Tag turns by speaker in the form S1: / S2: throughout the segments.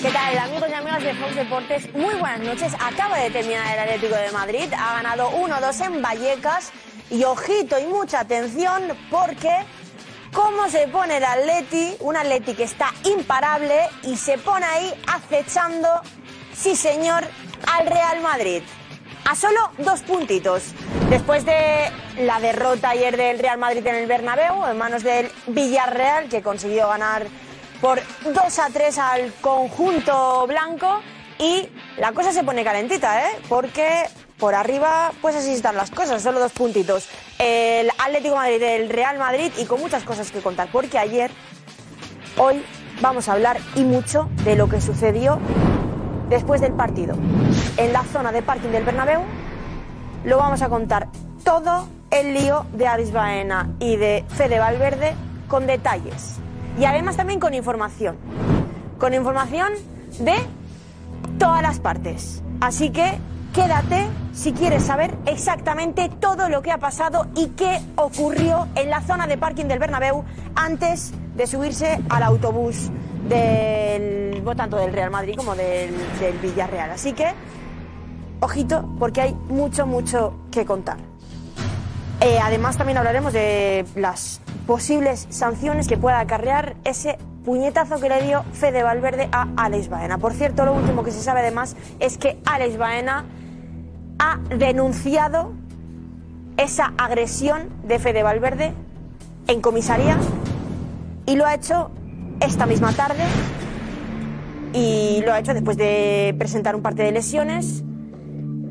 S1: ¿Qué tal amigos y amigas de Fox Deportes? Muy buenas noches. Acaba de terminar el Atlético de Madrid, ha ganado 1-2 en Vallecas y ojito y mucha atención porque cómo se pone el Atleti, un Atleti que está imparable y se pone ahí acechando, sí señor, al Real Madrid. A solo dos puntitos. Después de la derrota ayer del Real Madrid en el Bernabéu, en manos del Villarreal, que consiguió ganar por 2 a 3 al conjunto blanco y la cosa se pone calentita, ¿eh? Porque por arriba, pues así están las cosas, solo dos puntitos. El Atlético de Madrid, el Real Madrid y con muchas cosas que contar, porque ayer, hoy vamos a hablar y mucho de lo que sucedió después del partido. En la zona de parking del Bernabéu lo vamos a contar todo el lío de Aris Baena y de Fede Valverde con detalles. Y además también con información. Con información de todas las partes. Así que quédate si quieres saber exactamente todo lo que ha pasado y qué ocurrió en la zona de parking del Bernabéu antes de subirse al autobús del bueno, tanto del Real Madrid como del, del Villarreal. Así que ojito porque hay mucho mucho que contar. Eh, además, también hablaremos de las posibles sanciones que pueda acarrear ese puñetazo que le dio Fede Valverde a Alex Baena. Por cierto, lo último que se sabe además es que Alex Baena ha denunciado esa agresión de Fede Valverde en comisaría y lo ha hecho esta misma tarde y lo ha hecho después de presentar un parte de lesiones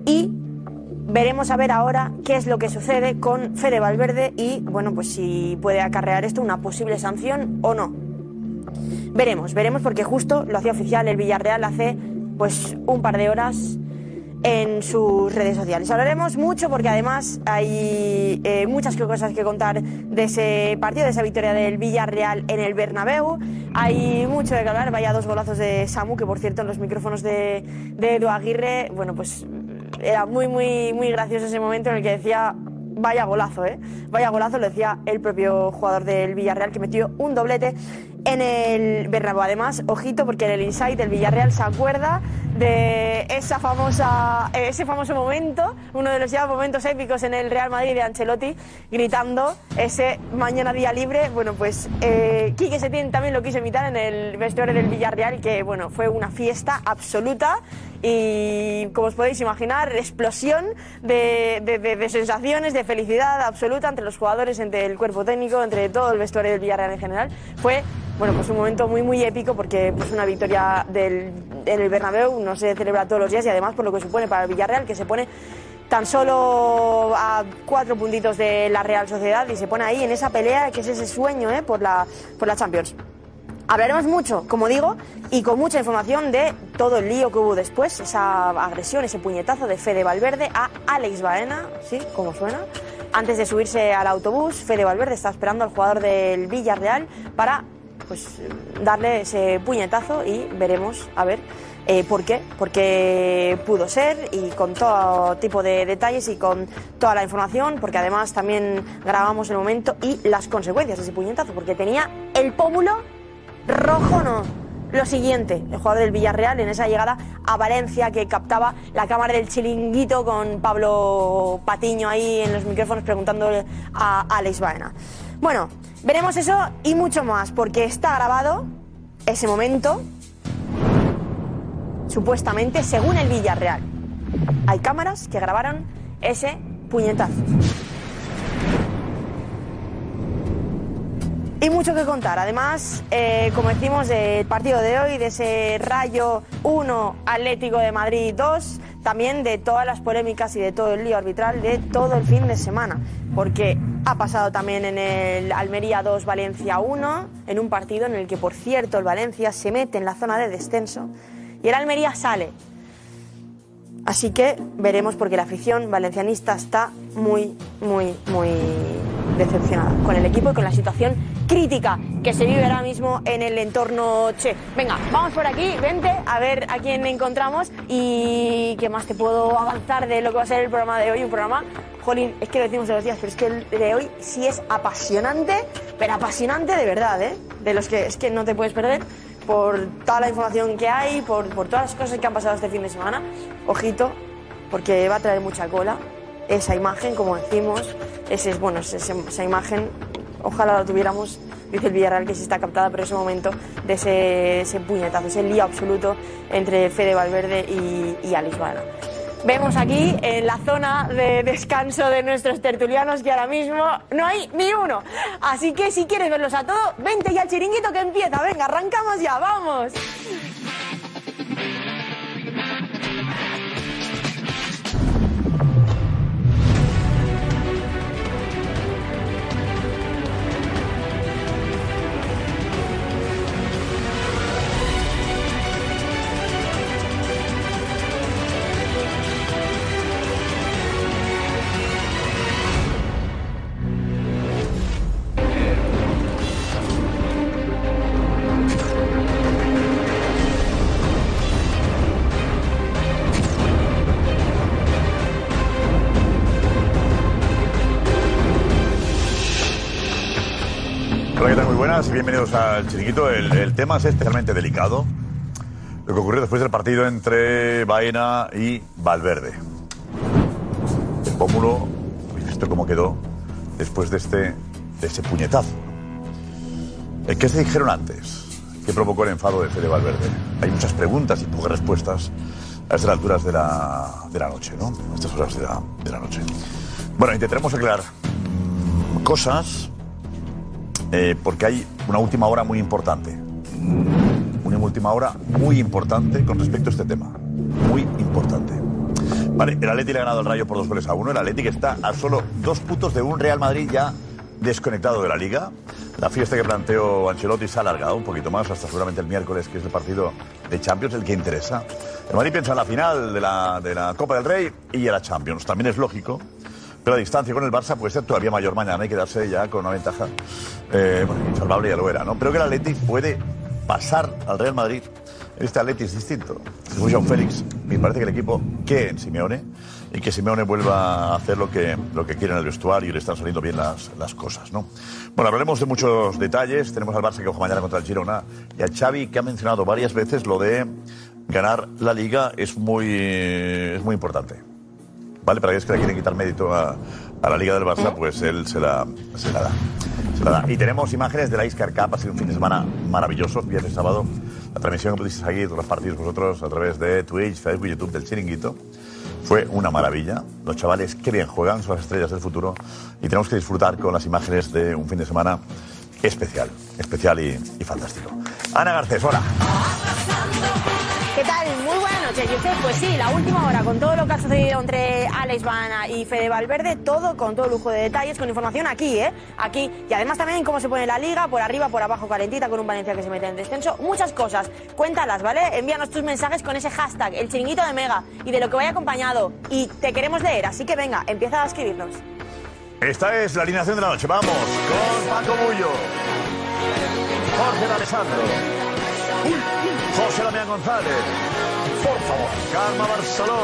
S1: y veremos a ver ahora qué es lo que sucede con Fede Valverde y, bueno, pues si puede acarrear esto una posible sanción o no. Veremos, veremos porque justo lo hacía oficial el Villarreal hace pues un par de horas en sus redes sociales. Hablaremos mucho porque además hay eh, muchas cosas que contar de ese partido, de esa victoria del Villarreal en el Bernabéu. Hay mucho de que hablar, vaya dos golazos de Samu, que por cierto en los micrófonos de, de Edu Aguirre, bueno, pues era muy, muy, muy gracioso ese momento en el que decía, vaya golazo, ¿eh? Vaya golazo, lo decía el propio jugador del Villarreal que metió un doblete en el Bernabéu. Además, ojito, porque en el Insight el Villarreal se acuerda de esa famosa, eh, ese famoso momento, uno de los ya momentos épicos en el Real Madrid de Ancelotti, gritando ese mañana día libre. Bueno, pues eh, Quique Setién también lo quiso imitar en el vestuario del Villarreal, que bueno, fue una fiesta absoluta y como os podéis imaginar, explosión de, de- de- de sensaciones, de felicidad absoluta entre los jugadores, entre el cuerpo técnico, entre todo el vestuario del Villarreal en general. Fue bueno, pues un momento muy muy épico porque pues una victoria del, en el Bernabéu no se celebra todos los días y además por lo que supone para el Villarreal que se pone tan solo a cuatro puntitos de la Real Sociedad y se pone ahí en esa pelea que es ese sueño ¿eh? por, la, por la Champions. Hablaremos mucho, como digo, y con mucha información de todo el lío que hubo después, esa agresión, ese puñetazo de Fede Valverde a Alex Baena, ¿sí? Como suena. Antes de subirse al autobús, Fede Valverde está esperando al jugador del Villarreal para pues, eh, darle ese puñetazo y veremos a ver eh, por qué, por qué pudo ser y con todo tipo de detalles y con toda la información, porque además también grabamos el momento y las consecuencias de ese puñetazo, porque tenía el pómulo rojo no. Lo siguiente, el jugador del Villarreal en esa llegada a Valencia que captaba la cámara del chiringuito con Pablo Patiño ahí en los micrófonos preguntándole a Alex Baena. Bueno, veremos eso y mucho más, porque está grabado ese momento, supuestamente, según el Villarreal. Hay cámaras que grabaron ese puñetazo. Y mucho que contar. Además, eh, como decimos, del partido de hoy, de ese Rayo 1, Atlético de Madrid 2, también de todas las polémicas y de todo el lío arbitral de todo el fin de semana. Porque ha pasado también en el Almería 2, Valencia 1, en un partido en el que, por cierto, el Valencia se mete en la zona de descenso y el Almería sale. Así que veremos porque la afición valencianista está muy, muy, muy decepcionada con el equipo y con la situación crítica que se vive ahora mismo en el entorno Che. Venga, vamos por aquí, vente a ver a quién encontramos y qué más te puedo avanzar de lo que va a ser el programa de hoy. Un programa, jolín, es que lo decimos todos los días, pero es que el de hoy sí es apasionante, pero apasionante de verdad, ¿eh? De los que es que no te puedes perder por toda la información que hay, por, por todas las cosas que han pasado este fin de semana. Ojito, porque va a traer mucha cola esa imagen, como decimos, ese, es- bueno, ese- esa imagen, ojalá la tuviéramos, dice el Villarreal que sí está captada, pero ese momento de ese, ese puñetazo, ese lío absoluto entre Fede Valverde y, y Alex Bala. Vemos aquí en la zona de Eh, descanso de nuestros tertulianos que ahora mismo no hay ni uno. Así que si quieres verlos a todos, vente ya al chiringuito que empieza. Venga, arrancamos ya, vamos.
S2: Hola, ¿qué tal? Muy buenas, bienvenidos al Chiringuito. El, el tema es especialmente delicado. Lo que ocurrió después del partido entre Baena y Valverde. El pómulo, ¿habéis visto cómo quedó después de este, de ese puñetazo? Eh, ¿Qué se dijeron antes? ¿Qué provocó el enfado de Fede Valverde? Hay muchas preguntas y pocas respuestas a estas alturas de la, de la noche, ¿no? A estas horas de la, de la noche. Bueno, intentaremos aclarar mm, cosas eh, porque hay una última hora muy importante. Una última hora muy importante con respecto a este tema. Muy importante. Vale, el Atleti le ha ganado al Rayo por dos goles a uno. El Atleti que está a solo dos puntos de un Real Madrid ya desconectado de la Liga. La fiesta que planteó Ancelotti se ha alargado un poquito más, hasta seguramente el miércoles, que es el partido de Champions, el que interesa. El Madrid piensa en la final de la, de la Copa del Rey y en la Champions. También es lógico, pero la distancia con el Barça puede ser todavía mayor mañana y quedarse ya con una ventaja eh, bueno, insalvable, ya lo era, ¿no? Pero que el Atleti puede pasar al Real Madrid. Este Atleti es distinto. Es muy João Félix. Me parece que el equipo que en Simeone y que Simeone vuelva a hacer lo que, lo que quiere en el vestuario y le están saliendo bien las, las cosas, ¿no? Bueno, hablaremos de muchos detalles. Tenemos al Barça que juega mañana contra el Girona y al Xavi que ha mencionado varias veces lo de ganar la Liga es muy, es muy importante. ¿vale? Para aquellos que le quieren quitar mérito a, a la Liga del Barça, pues él se la, se la da. Se la da. Y tenemos imágenes de la Iscar Cup, ha sido un fin de semana maravilloso, viernes y sábado. La transmisión que podéis seguir los partidos vosotros a través de Twitch, Facebook, YouTube del Chiringuito. Fue una maravilla. Los chavales que bien juegan, son las estrellas del futuro. Y tenemos que disfrutar con las imágenes de un fin de semana especial, especial y, y fantástico. Ana Garcés, hola.
S1: ¿Qué tal? Muy buenas noches, Josep. Pues sí, la última hora, con todo lo que ha sucedido entre Alex Bana y Fede Valverde, todo con todo lujo de detalles, con información aquí, ¿eh? Aquí. Y además también cómo se pone la liga, por arriba, por abajo, calentita, con un Valencia que se mete en descenso. Muchas cosas. Cuéntalas, ¿vale? Envíanos tus mensajes con ese hashtag, el chiringuito de Mega, y de lo que vaya acompañado. Y te queremos leer, así que venga, empieza a escribirnos.
S2: Esta es la alineación de la noche. Vamos con Paco Bullo, Jorge D Alessandro, José Damián González, por favor, Karma Barceló,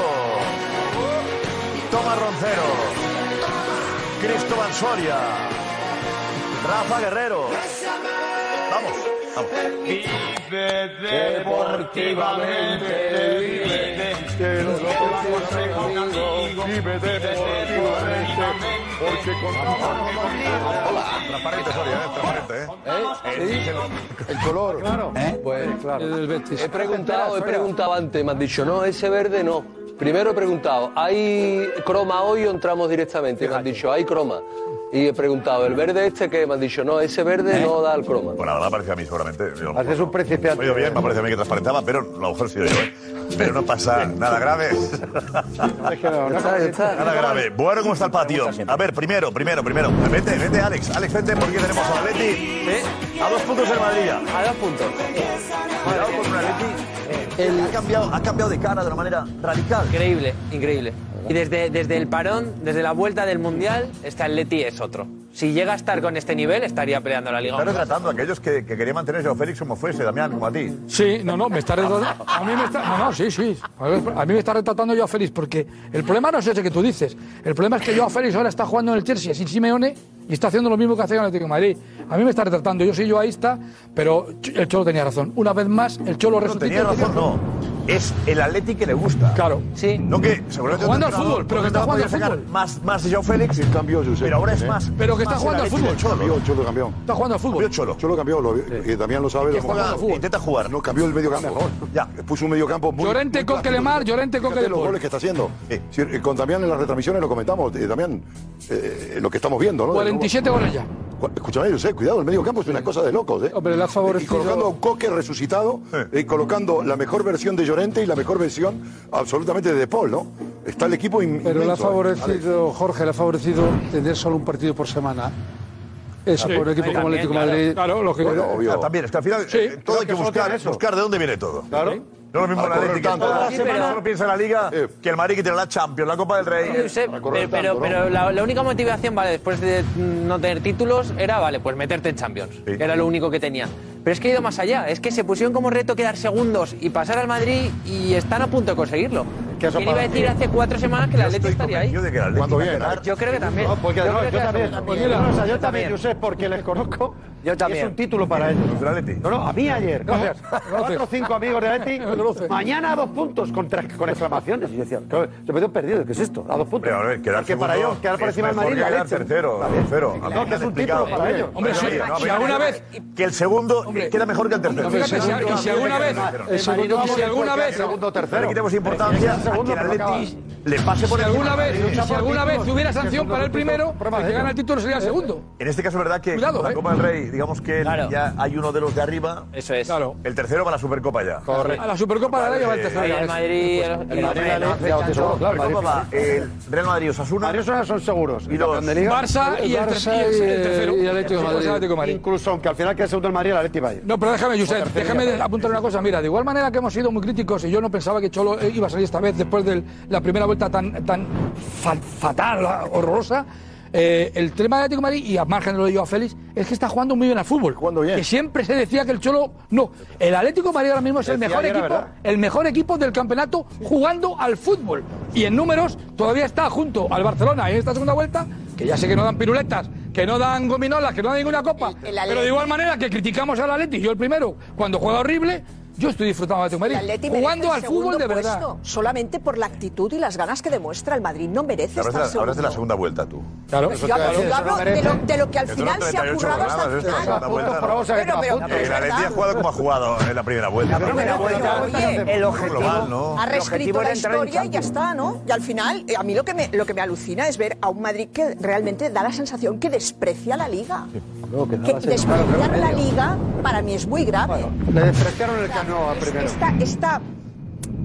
S2: Tomás Roncero, Cristóbal Soria, Rafa Guerrero. Vamos, vamos.
S3: deportivamente, vive, te lo aconsejo un amigo, vive deportivamente, porque contamos
S2: Transparente, Soria, eh, transparente,
S4: El color. Claro. Pues, He preguntado, he preguntado antes, me han dicho, no, ese verde no. Primero he preguntado, ¿hay croma hoy o entramos directamente? Y Me han dicho, hay croma. Y he preguntado, ¿el verde este qué? Me han dicho, no, ese verde no da al croma.
S2: ¿Eh? Bueno, la verdad parece a mí seguramente. Yo,
S4: Haces un
S2: me ha ido bien, me parece a mí que transparentaba, pero a lo mejor he sido yo, ¿eh? Pero no pasa nada grave. Nada grave. Bueno, ¿cómo está el patio? A ver, primero, primero, primero. Vete, vete, Alex. Alex, vete, porque tenemos a Atleti. ¿eh? A dos puntos en Madrid. ya.
S5: A dos puntos.
S2: Cuidado con un Atleti. Ha, cambiado, ha cambiado de cara de una manera radical.
S5: Increíble, increíble. Y desde, desde el parón, desde la vuelta del Mundial, está el Leti es otro. Si llega a estar con este nivel, estaría peleando la Liga.
S2: Están retratando a aquellos que, que querían mantenerse a Félix como fuese, Damián, como a ti.
S6: Sí, no, no, me está retratando. A mí me está. No, no, sí, sí. A ver, a mí me está retratando yo a Félix, porque el problema no es ese que tú dices. El problema es que yo a Félix ahora está jugando en el Chelsea sin Simeone y está haciendo lo mismo que hacía en el Atlético de Madrid. A mí me está retratando. Yo soy yo ahí está, pero el Cholo tenía razón. Una vez más, el Cholo
S2: No
S6: resulta.
S2: tenía razón, no. Es el Atleti que le gusta.
S6: Claro.
S5: Sí.
S2: No que seguramente
S6: Jugando
S2: otro
S6: al fútbol,
S2: entrenador
S6: pero que está
S2: podía
S6: jugando al
S2: sacar
S6: fútbol.
S2: Más, más de Joao Félix.
S7: Cambió, Josep.
S2: Pero ahora es
S7: ¿eh?
S2: más.
S6: Pero que está
S2: más
S6: jugando
S2: el
S6: al
S2: Atleti
S6: fútbol,
S2: que el Cholo.
S7: Cambió, Cholo campeón.
S6: Está jugando al
S2: Cambió
S6: fútbol.
S2: el Cholo.
S7: Cholo cambió, lo, eh, Damián lo sabe.
S2: Que
S7: lo
S2: juega-
S7: comentaba.
S2: intenta jugar.
S7: No, cambió el medio campo.
S2: Ya.
S7: Puso un medio campo muy.
S6: Llorente,
S7: muy
S6: Coque,
S7: rápido.
S6: Lemar, Llorente, Coque,
S7: Fíjate los
S6: Lemar.
S7: goles que está haciendo.
S2: Sí.
S7: Sí, eh, con Damián en las retransmisiones lo comentamos. eh, Damián, eh, lo que estamos viendo, ¿no?
S6: 47 goles ya.
S7: Cu- Escúchame, José, cuidado, el medio campo es una cosa de locos, ¿eh?
S6: Hombre, le ha
S7: Y
S6: favorecido-
S7: colocando a un coque resucitado,
S2: Sí.
S7: y colocando la mejor versión de Llorente y la mejor versión absolutamente de De Paul, ¿no? Está el equipo in-
S8: Pero le ha
S7: inmenso, ¿eh?
S8: favorecido, Jorge, le ha favorecido tener solo un partido por semana. Eso, por un equipo como el Atlético de Madrid.
S6: Claro, lógico.
S7: Bueno, obvio.
S2: Ah, también, es que al final eh, todo hay que
S8: que solo
S2: buscar,
S8: tiene eso.
S2: buscar de dónde viene todo. Claro. No es lo mismo
S7: Para
S2: el Atleti
S7: correr
S2: que
S7: tanto.
S2: toda
S5: Sí,
S2: la semana
S5: pero-
S2: solo piensa en la Liga
S7: Eh.
S2: que el Madrid que tiene la Champions, la Copa del Rey.
S5: Sí, Josep,
S7: Para
S5: pero,
S7: correr
S5: pero,
S7: tanto, ¿no?
S5: pero la, la única motivación, vale, después de no tener títulos, era, vale, pues meterte en Champions,
S2: Sí.
S5: que era lo único que tenía. Pero es que ha ido más allá, es que se pusieron como reto quedar segundos y pasar al Madrid y están a punto de conseguirlo.
S8: Que eso
S5: ¿Quién iba a
S8: para-
S5: decir hace cuatro semanas que el
S2: Yo
S5: Atlético
S2: estoy
S5: estaría ahí?
S2: convencido de que el Atleti
S7: Cuando
S2: va a
S7: viene.
S2: quedar-
S5: Yo creo que también.
S9: No, porque
S5: yo
S9: no,
S5: creo que
S9: yo
S5: era
S9: también.
S5: segundo.
S9: Yo, no, o sea, yo
S5: también.
S9: también, Josep, porque les conozco.
S5: Yo
S9: y
S5: también.
S9: es un título para ellos.
S2: ¿El Atleti?
S9: No, no, a mí ayer.
S6: Gracias,
S9: Cuatro o cinco amigos de Atleti. mañana a dos puntos con, tra- con exclamaciones. Y yo decía, claro, se metió perdido. ¿Qué es esto? A dos puntos.
S2: Pero, a ver, quedar
S9: Porque para
S2: segundo
S9: ellos, quedar por
S2: es
S9: encima del
S2: mejor que
S9: Madrid, la
S2: quedar
S9: leche.
S2: tercero,
S9: Está bien.
S2: tercero. A
S9: Sí,
S2: mí
S9: No,
S2: me
S9: que es
S2: han
S9: un título
S2: explicado.
S9: para ellos.
S6: Hombre,
S2: Pero
S6: si-
S2: oye, no,
S6: si
S2: venga,
S6: alguna
S2: venga,
S6: vez-
S2: venga. Que el segundo queda mejor que el tercero.
S6: Fíjate, si,
S2: Pero
S6: que si alguna vez.
S2: Le
S6: el segundo- que si alguna vez.
S9: Segundo, tercero.
S2: le quitemos importancia a que el Atleti le pase por
S6: Si alguna
S2: encima.
S6: vez, si
S8: por
S6: alguna vez
S8: títulos,
S6: hubiera
S8: que
S6: sanción
S8: son
S6: para el
S8: los
S6: primero,
S8: títulos, prueba
S6: el
S8: de
S6: que gana
S8: ello.
S6: el título sería el segundo.
S2: En este caso es verdad que
S6: Cuidado,
S2: la
S6: eh.
S2: Copa del Rey, digamos que
S5: Claro.
S2: ya hay uno de los de arriba.
S5: Eso es.
S6: Claro.
S2: El tercero va a la Supercopa ya.
S6: A la Supercopa de la Liga va el
S5: Oye, El Madrid,
S6: tercero.
S10: Pues,
S5: el- el Madrid,
S9: la
S5: no.
S9: leche,
S2: La Supercopa va el Real Madrid Osasuna
S9: Varios ahora son seguros.
S2: y los
S9: de Liga,
S6: Barça y el, ter-
S8: Barça
S6: y el-
S8: y-
S6: el tercero.
S8: y el Atlético de
S6: Sí,
S8: Madrid.
S6: el Atlético de Madrid.
S9: Incluso aunque al final quede segundo el Madrid, la Atleti va a ir.
S6: No, pero déjame, Josep, déjame de- apuntar una cosa. Mira, de igual manera que hemos sido muy críticos y yo no pensaba que Cholo eh, iba a salir esta vez después de la primera vuelta tan, tan fa- fatal, ah, horrorosa. eh, el tema de Atlético de Madrid, y a margen de lo de Joao Félix, es que está jugando muy bien al fútbol.
S7: Jugando bien.
S6: Que siempre se decía que el Cholo. No, el Atlético de Madrid ahora mismo es el
S9: Decía
S6: mejor
S9: ayer,
S6: equipo,
S9: ¿verdad?
S6: el mejor equipo del campeonato jugando al fútbol. Y en números todavía está junto al Barcelona en esta segunda vuelta, que ya sé que no dan piruletas, que no dan gominolas, que no dan ninguna copa.
S11: El- el
S6: pero
S11: Atlético-
S6: de igual manera que criticamos al Atleti, yo el primero, cuando juega horrible, yo estoy disfrutando de tu
S12: El
S6: Madrid.
S12: Atleti merece
S6: Jugando
S12: el
S6: al fútbol
S12: segundo
S6: de verdad.
S12: puesto, solamente por la actitud y las ganas que demuestra el Madrid. No merece
S2: Ahora
S12: estar
S2: es de- ahora es de la
S12: segundo.
S2: segunda vuelta tú. Eh,
S6: Claro.
S12: Yo hablo, yo hablo de, lo, de lo que al
S2: Que
S12: final
S2: duran
S12: se ha
S2: 38
S12: currado hasta
S2: jornadas,
S12: el
S2: esto es
S12: final.
S2: una vuelta,
S9: Puntos para vos, a que
S12: Pero-
S9: te
S12: pero-
S9: apuntes.
S12: pero-
S2: El Atleti ha jugado como ha jugado en la primera vuelta. La
S9: primera vuelta.
S12: Oye,
S9: El
S2: objetivo- Global, ¿no?
S12: Ha
S9: El
S12: reescrito
S9: objetivo
S12: la
S9: era entrar en
S12: historia y ya
S9: Champions.
S12: está, ¿no? Y al final, eh, a mí lo que, me, lo que me alucina es ver a un Madrid que realmente da la sensación que desprecia la Liga. que despreciar la Liga para mí es muy grave.
S9: Le despreciaron el cano al
S12: Es-
S9: primero.
S12: Esta, esta-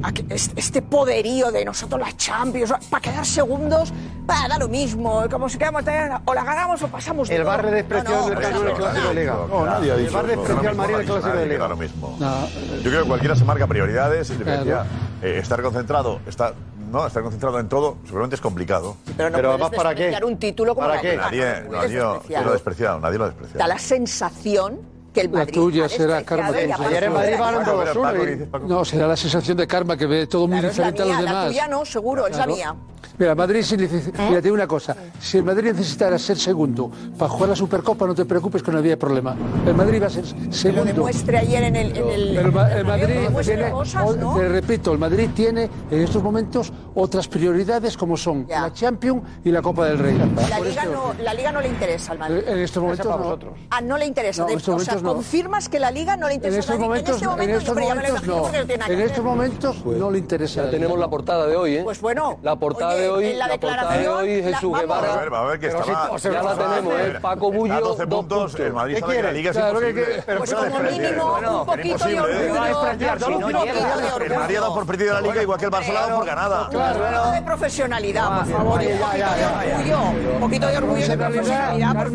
S12: aqu- es- este poderío de nosotros las Champions, para quedar segundos, para da lo mismo, como si quedamos o la ganamos o pasamos de
S9: El Bar
S12: todo.
S9: le despreció
S12: No, no,
S9: el
S12: no,
S9: Cano en el clásico de Liga.
S7: No, nadie ha
S9: El
S7: dicho
S9: Bar
S7: eso.
S9: despreció al Madrid en el clásico de
S2: Da lo
S9: Liga.
S2: mismo.
S8: No.
S2: Yo creo que cualquiera se marca prioridades y debería eh, estar concentrado. Estar, no, estar concentrado en todo seguramente es complicado.
S12: Pero no
S9: Pero
S12: puedes
S9: además, ¿para qué?
S12: despreciar un título como
S9: ¿Para
S12: la
S9: qué?
S12: Liga, no
S2: Nadie,
S12: puedes
S2: nadie,
S12: despreciar.
S2: lo ha despreciado. Nadie lo ha
S12: Da
S2: despreciado.
S12: la sensación que el
S8: La
S12: Madrid
S8: tuya
S12: ha
S8: será,
S12: despreciado
S8: Carmen,
S12: y ha
S8: que
S12: pasado
S9: Ayer en
S12: de
S9: Madrid
S12: la-
S9: van
S2: Paco, mira,
S9: 2-1
S2: Paco,
S9: y-
S2: dices, Paco.
S8: No, será la sensación de karma que ve todo muy
S12: Claro, es la
S8: diferente a los
S12: mía, la
S8: demás.
S12: tuya no, seguro, es la mía.
S8: Mira, Madrid, si neces- mira, te digo una cosa. Si el Madrid necesitara ser segundo para jugar la Supercopa, no te preocupes que no había problema. El Madrid va a ser
S12: Lo
S8: segundo.
S12: demuestre ayer en el. En el,
S8: Pero el Ma- el Madrid
S12: demuestra
S8: tiene,
S12: cosas,
S8: o-
S12: ¿no?
S8: te repito, el Madrid tiene en estos momentos otras prioridades como son
S12: Ya.
S8: la Champions y la Copa del Rey.
S12: La
S8: Por
S12: liga,
S8: eso,
S12: no, la liga no le interesa al Madrid.
S8: eh, en estos momentos
S9: para
S8: no.
S9: vosotros.
S12: Ah, este no le interesa.
S8: No,
S12: de-
S8: en estos
S12: o sea,
S8: momentos no.
S12: confirmas que la Liga no le
S8: En
S12: interesa
S8: estos
S12: a nadie.
S8: momentos,
S12: en este
S8: en
S12: momento,
S8: estos
S12: no, pero ya me lo
S8: momentos
S12: imagino
S8: no.
S12: porque no tiene nada
S8: En
S12: que
S8: estos
S12: ver.
S8: momentos no le interesa.
S4: Pues Ya tenemos la portada de hoy, ¿eh?
S12: Pues bueno.
S4: La portada de hoy,
S12: en la
S4: portada de hoy,
S12: declaración,
S4: Jesús
S12: la- vamos.
S4: Guevara.
S2: A ver, a ver, que
S4: Pero
S2: estaba-
S4: si- o sea, ya la
S2: estaba-
S4: tenemos, ¿eh?
S2: espera,
S4: Paco Bullo,
S2: Está 12
S4: dos
S2: puntos, el Madrid
S4: ¿Qué
S2: sabe que la
S4: quiere?
S2: liga es
S4: Claro, ¿qué
S2: imposible. Pues
S4: quiere? Pero
S2: Es
S4: como
S2: despreciable.
S4: mínimo, un
S2: Bueno,
S4: poquito de
S2: imposible,
S4: orgullo.
S2: ¿eh?
S4: No,
S2: Sí,
S4: despreciable, no,
S2: no,
S4: no,
S2: el Madrid- El Madrid ha dado por perdida la liga igual que el Barcelona por ganada.
S12: Un poquito de profesionalidad, por favor. y Un poquito de orgullo. Un poquito de orgullo y de profesionalidad, por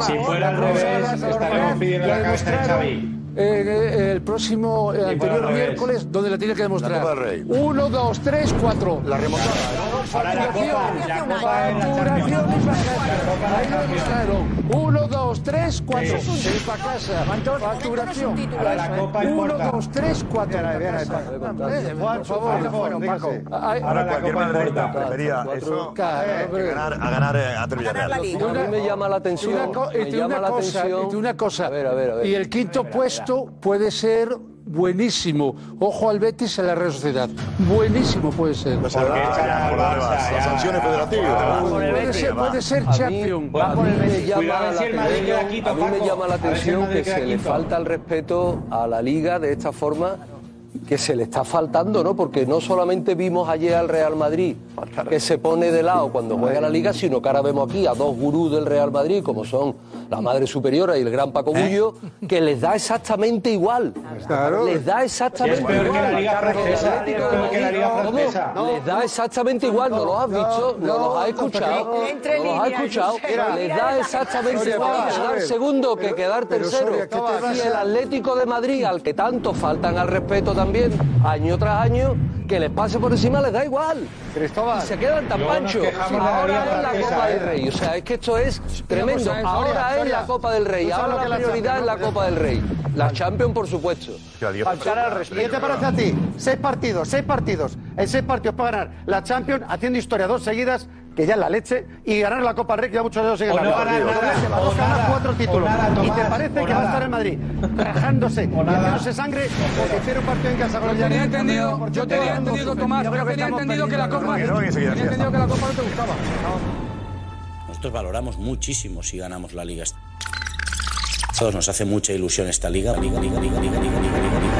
S12: favor.
S8: Eh, eh, el próximo, el anterior miércoles, donde la tiene que demostrar.
S7: La Copa del Rey.
S8: Uno, dos, tres, cuatro. La
S10: ¿eh?
S8: remontada. Uno, dos, tres, cuatro. Se va para casa. Facturación. Uno, dos, tres, cuatro. para casa. Eh, Por favor. Ay,
S2: Ahora cualquier madridista prefería eso que ganar, a ganar eh, a Villarreal.
S4: A mí me llama la atención.
S8: Una co-
S4: me
S8: y te
S4: llama
S8: una
S4: la
S8: cosa,
S4: atención.
S8: y te una cosa.
S4: ver.
S8: Y el quinto puesto puede ser buenísimo. Ojo al Betis en la Real Sociedad. Buenísimo puede ser.
S2: Pues
S7: Las sanciones federativas.
S8: Puede ser, puede ser champion.
S4: A mí me llama la atención, a mí me llama la atención que se le falta el respeto a la liga de esta forma que se le está faltando, ¿no? Porque no solamente vimos ayer al Real Madrid que se pone de lado cuando juega la liga, sino que ahora vemos aquí a dos gurús del Real Madrid, como son la Madre Superiora y el gran Paco
S13: ¿Eh?
S4: Bullo, que les da exactamente igual. Les da exactamente
S13: Es peor que
S4: igual.
S13: la liga
S4: Carlos, el
S13: francesa,
S4: Atlético
S13: es
S4: de
S13: peor que la
S4: Madrid,
S13: liga
S4: ¿cómo?
S13: francesa.
S4: Les da exactamente igual, no lo has dicho, no,
S13: no,
S4: los has escuchado,
S13: porque-
S4: no los has escuchado,
S13: Mira,
S4: les da exactamente
S13: Soria,
S4: igual
S13: vamos a
S4: quedar
S13: ver.
S4: segundo que quedar
S13: pero,
S4: tercero.
S13: Soria, ¿qué te vas
S4: Y
S13: a-
S4: el Atlético de Madrid, al que tanto faltan al respeto también, año tras año, que les pase por encima les da igual. Y se quedan tan
S13: Luego nos
S4: panchos.
S13: quejamos de la Liga
S4: Ahora es la
S13: Francesa,
S4: Copa
S13: ¿eh?
S4: del Rey. O sea, es que esto es tremendo.
S13: cosa es, Soria,
S4: Ahora es
S13: Soria,
S4: la Copa del Rey.
S13: tú sabes lo
S4: Ahora
S13: que
S4: la
S13: es la
S4: prioridad es la
S13: Champions,
S4: Copa del
S13: ¿no?
S4: Rey. La Champions, por supuesto.
S9: Faltar al respeto. ¿Qué te parece a ti? Seis partidos, seis partidos. En seis partidos para ganar la Champions, haciendo historia dos seguidas, que ya es la leche, y ganar la Copa del Rey, que ya muchos años siguen
S13: O no
S9: ganando.
S13: ganar
S9: Entonces,
S13: nada,
S9: te vas a
S13: o
S9: ganar
S13: nada,
S9: cuatro
S13: o
S9: títulos.
S13: nada, Tomás,
S9: y te parece
S13: o
S9: que va a
S13: nada.
S9: estar en Madrid, rajándose, metiéndose sangre, porque hicieron un partido en casa con el
S6: Tenía
S9: Villarreal.
S6: entendido,
S9: Por
S6: yo
S9: todo el
S6: tenía
S9: mundo
S6: entendido,
S9: sufre.
S6: Tomás,
S9: Yo creo
S6: yo
S9: que
S6: tenía
S9: estamos
S6: entendido que la
S9: perdiendo,
S6: Copa...
S9: ¿no? Que no, que
S6: Tenía
S9: seguir haciendo.
S6: entendido que la Copa no te gustaba.
S14: Nosotros valoramos muchísimo si ganamos la liga. A todos nos hace mucha ilusión esta liga. Liga, liga, liga, liga, liga, liga, liga, liga.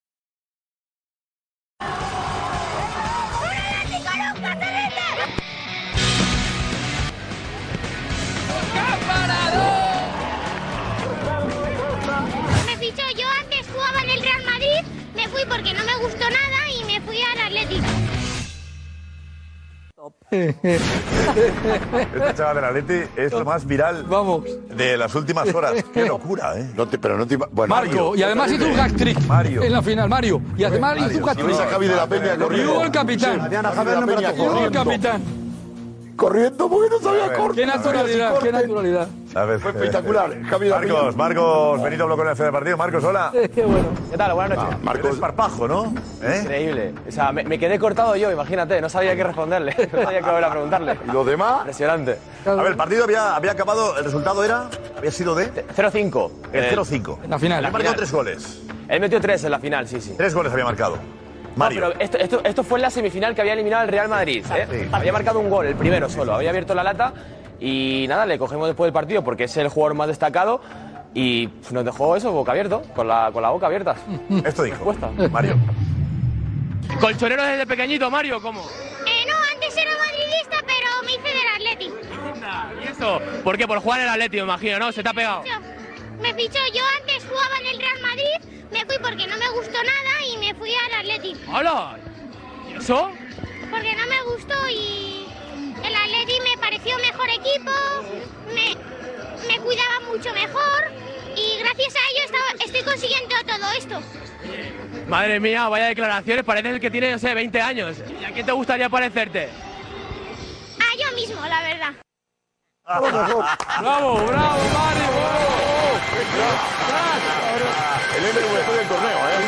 S15: Me fichó, yo antes jugaba en el Real Madrid, me fui porque no me gustó nada y me fui al Atlético.
S4: Eh,
S2: Este chaval del Atleti es lo más viral de las últimas horas. Qué locura, ¿eh?
S7: pero no te, bueno,
S6: Marco, Oh, y además hizo un
S7: hack
S6: hat-trick
S7: Mario.
S6: en la final, Mario. Y además
S7: Mario,
S6: hizo un
S7: si
S6: hat-trick.
S7: veis a Javi de la Peña
S6: Y
S7: corriendo.
S6: hubo el
S7: Sí,
S6: capitán.
S7: Adriana, Javi de la Peña
S6: Y hubo el
S7: corriendo.
S6: capitán.
S7: Corriendo porque no sabía corte.
S6: Qué naturalidad, qué naturalidad.
S2: A ver. eh,
S7: Fue
S8: eh,
S7: espectacular. Javi de la Peña.
S2: Marcos, Marcos, Benito habló con el jefe de partido. Marcos, hola. Ah, pues,
S10: Qué bueno. ¿Qué tal? Buenas noches.
S2: Marcos. Parpajo, ¿no?
S10: Increíble. O sea, me, me quedé cortado yo, imagínate. No sabía qué responderle. No sabía qué volver a preguntarle.
S7: ¿Y los demás?
S10: Impresionante.
S2: A ver, el partido había, había acabado, el resultado era, había sido de...
S10: 0-5.
S2: El
S10: Eh,
S2: 0-5.
S10: la final.
S2: Había
S10: La
S2: marcado
S10: final.
S2: tres goles.
S10: Él metió tres en la final, sí, sí.
S2: Tres goles había marcado. Mario.
S10: No, pero esto, esto- esto fue en la semifinal que había eliminado al Real Madrid. ¿eh? Había marcado un gol, el primero solo. Había abierto la lata y nada, le cogemos después del partido porque es el jugador más destacado y nos dejó eso, boca abierto, con la, con la boca abierta.
S2: Esto dijo. Mario.
S10: ¿Colchonero desde pequeñito, Mario? ¿Cómo?
S15: Eh, no, antes era madridista, pero me hice del Atlético.
S10: ¿Y eso? ¿Por qué? Por jugar en el Atleti, me imagino, ¿no? Se te ha pegado.
S15: Me fichó, yo antes jugaba en el Real Madrid, me fui porque no me gustó nada y me fui al Atlético.
S10: ¡Hola! ¿Y eso?
S15: porque no me gustó y el Atleti me pareció mejor equipo, me, me cuidaba mucho mejor y gracias a ello estaba- estoy consiguiendo todo esto.
S10: Madre mía, vaya declaraciones, pareces el que tiene, no sé, 20 años. ¿Y a quién te gustaría parecerte?
S15: A yo mismo, la verdad.
S10: ¡Bravo, bravo!
S2: El MVP después del torneo, ¿eh?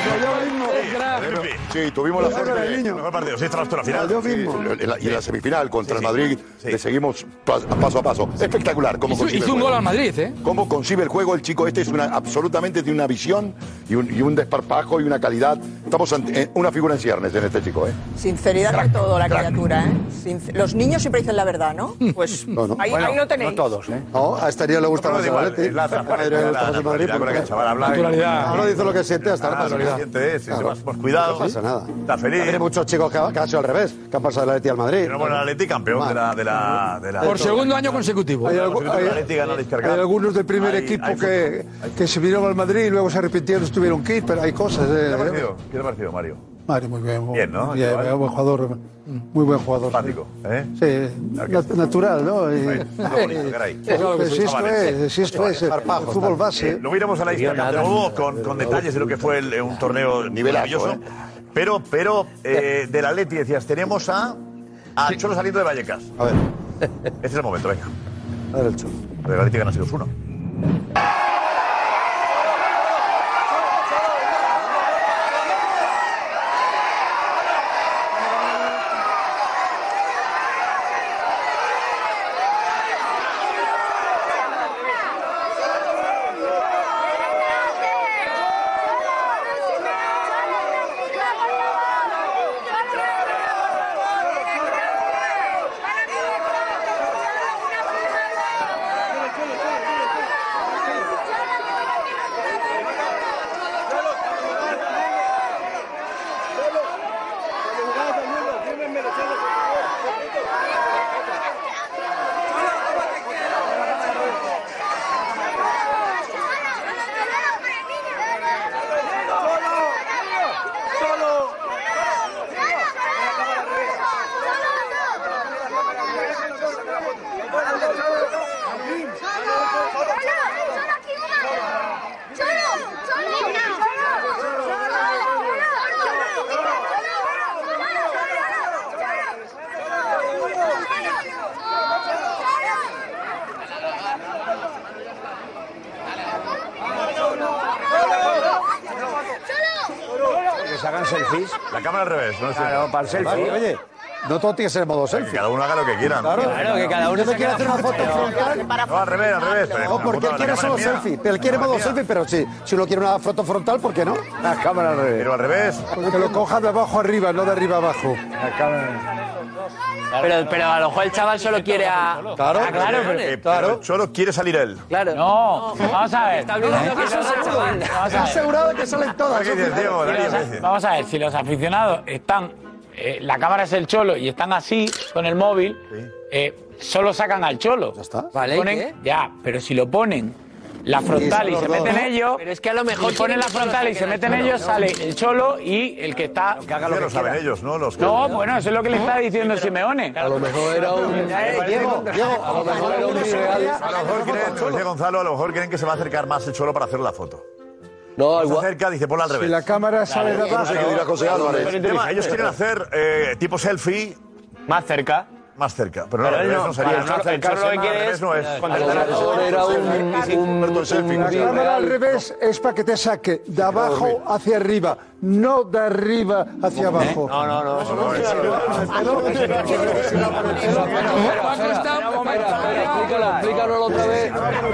S7: Sí, tuvimos la suerte de-
S2: Mejor partido, sí, hasta hasta la final.
S7: Yo mismo. En la- y en la semifinal contra el Madrid le seguimos pas- a paso a paso. Espectacular. Cómo
S6: Hizo-
S7: concibe
S6: hizo
S7: el
S6: un
S7: juego.
S6: gol al Madrid, ¿eh?
S7: Cómo concibe el juego el chico este. Es una, absolutamente tiene una visión y un, y un desparpajo y una calidad. Estamos ante eh, una figura en ciernes en este chico, ¿eh?
S12: Sinceridad
S7: Crack,
S12: de todo la
S7: crack.
S12: criatura, ¿eh? Sincer- Los niños siempre dicen la verdad, ¿no? Pues Ahí, ahí lo tenéis.
S8: todos, ¿eh? No, a este día le gusta
S2: No,
S8: más
S2: pero
S8: el
S2: igual,
S8: Atleti.
S2: es la
S8: A este
S2: transparencia,
S8: Madrid le
S2: la
S8: gusta más el Madrid.
S2: naturalidad con la
S8: porque-
S2: que el chaval habla y- Naturalidad.
S8: Ahora dice lo que siente, hasta
S2: Ah,
S8: ahora pasa
S2: lo que
S8: nada.
S2: siente es,
S8: Claro.
S2: más por cuidado.
S8: No pasa nada.
S2: Está feliz.
S8: Hay muchos chicos que que han sido al revés, que han pasado del Atleti al Madrid.
S2: Pero bueno, el Atleti campeón de la, de la, de la-
S6: Por segundo año consecutivo.
S8: Hay, algu-
S2: El Atleti ganó la
S8: hay-
S2: Izquierda.
S8: hay algunos del primer
S2: Hay-
S8: equipo
S2: hay
S8: que, que se vinieron al Madrid y luego se arrepintieron, estuvieron que ir, pero hay cosas.
S2: ¿Qué te ha
S8: Eh,
S2: parecido? ¿Qué te ha parecido, Mario?
S8: Madre, muy bien. muy
S2: Bien, ¿no?
S8: Bien,
S2: Chaval.
S8: buen jugador. Muy buen jugador.
S2: Simpático, ¿eh?
S8: Sí, nat- natural, ¿no? Y-
S2: bonito, caray.
S8: Pues
S2: Chavales.
S8: si esto es, si esto es, el fútbol base.
S2: Eh, lo miramos a la Instagram de nuevo con, con detalles de lo que fue el- eh, un torneo
S7: Nivelazo,
S2: maravilloso. Pero, pero, eh, del Atleti decías, tenemos a, a Cholo saliendo de Vallecas. A ver. Este es el momento, venga.
S8: A ver, el Cholo.
S2: El Atleti gana 6-1.
S8: Que se hagan selfies.
S2: La cámara al revés, ¿no?
S8: Claro, para el selfie. Oye, no todo tiene que ser modo selfie.
S2: cada uno haga lo que quiera.
S8: Claro,
S2: Claro, que cada uno
S8: Yo me
S2: se
S8: quiero
S2: haga
S8: hacer una
S2: la
S8: foto
S2: foto.
S8: frontal.
S2: No, al revés, al revés.
S8: No, porque él quiere solo selfie. Él quiere modo selfie, pero sí. Si uno quiere una foto frontal, ¿por qué no? La cámara al revés.
S2: Pero al revés.
S8: que lo coja de abajo arriba, no de arriba abajo.
S5: Pero, pero a lo mejor el chaval solo quiere a.
S2: Claro, eh,
S5: Ah, claro, pero-
S2: Cholo quiere salir él.
S5: Claro.
S16: No, vamos a ver.
S5: Está olvidando que sos el chaval.
S16: Vamos a ver.
S8: asegurado que salen todas.
S16: Si los- vamos a ver, si los aficionados están. eh, la cámara es el cholo y están así con el móvil, eh, solo sacan al cholo. Ya está.
S5: Vale, ¿y
S16: ponen,
S5: qué?
S16: Ya, pero si lo ponen la frontal y
S5: son
S16: se
S5: los
S16: meten
S5: dos.
S16: ellos.
S5: Pero es que a lo mejor
S16: si ponen
S5: tienen
S16: la
S5: que
S16: frontal y se
S5: solo
S16: meten
S5: sacar al
S16: ellos,
S5: cholo.
S16: sale el cholo y el que está. Que
S2: haga lo que quiera. ¿no? Los
S16: no, bueno, eso es lo que le está diciendo Simeone. A lo mejor
S4: era un-
S16: Diego, Diego, a lo mejor era un
S2: A lo mejor creen, como decía Gonzalo, a lo mejor creen que se va a acercar más el Cholo para hacer la foto.
S4: No,
S2: Se acerca, dice, ponla al
S8: Si
S2: revés.
S8: la cámara sale de
S2: Yo
S8: abajo.
S2: No sé qué dirá José Álvarez.
S8: Pero
S2: El tema,
S8: inteligente.
S2: ellos quieren hacer eh, tipo selfie.
S5: Más cerca.
S2: Más cerca. Pero no,
S5: Pero
S2: al
S5: él
S2: revés
S5: no,
S2: no sería.
S5: el Cholo- el Cholo lo que quiere es
S2: controlar a todos.
S4: Era un- un-
S2: Pues
S8: La
S4: un-
S8: cámara al revés es para que te saque de abajo hacia arriba, no de arriba
S2: ¿Eh?
S8: hacia abajo.
S5: No, no, no.
S4: Explícalo, explícalo otra vez. Explícalo otra vez. que no-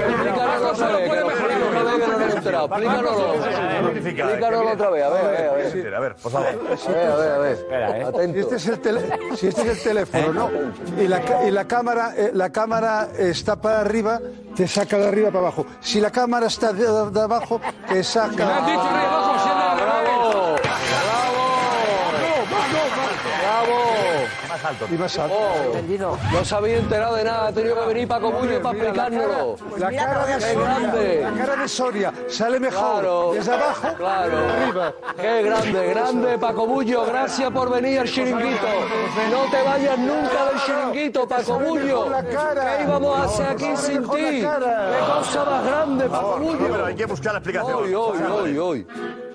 S4: que no nos he enterado. Explícalo. Explícalo otra vez, a ver, a ver, a ver.
S2: A ver, por favor.
S4: A ver, a ver, a ver. Atento.
S8: Si este es el, tele- si este es el teléfono, ¿no?
S2: ¿Eh?
S8: Y la, ca- y la cámara, eh, la cámara está para arriba, te saca de arriba para abajo. Si la cámara está de, de abajo, te saca.
S6: Me han dicho arriba abajo, si es de arriba.
S4: ¡Bravo!
S2: Además, más alto.
S8: Y más alto.
S4: Oh. No se habéis enterado de nada, ha tenido que venir Paco Bullo para Pues
S8: Mira, la cara,
S4: explicárnoslo.
S8: la cara de
S4: ¡Qué
S8: Soria,
S4: grande!
S8: la cara de Soria sale mejor
S4: Claro.
S8: desde abajo
S4: Claro.
S8: arriba.
S4: ¡Qué grande, grande Paco Bullo! Gracias por venir al chiringuito. No te vayas nunca del chiringuito, Paco Bullo. ¿Qué íbamos a hacer aquí sin ti? ¡Qué cosa más grande, Paco Bullo!
S2: hay que buscar la explicación.
S4: Hoy, hoy, hoy, hoy.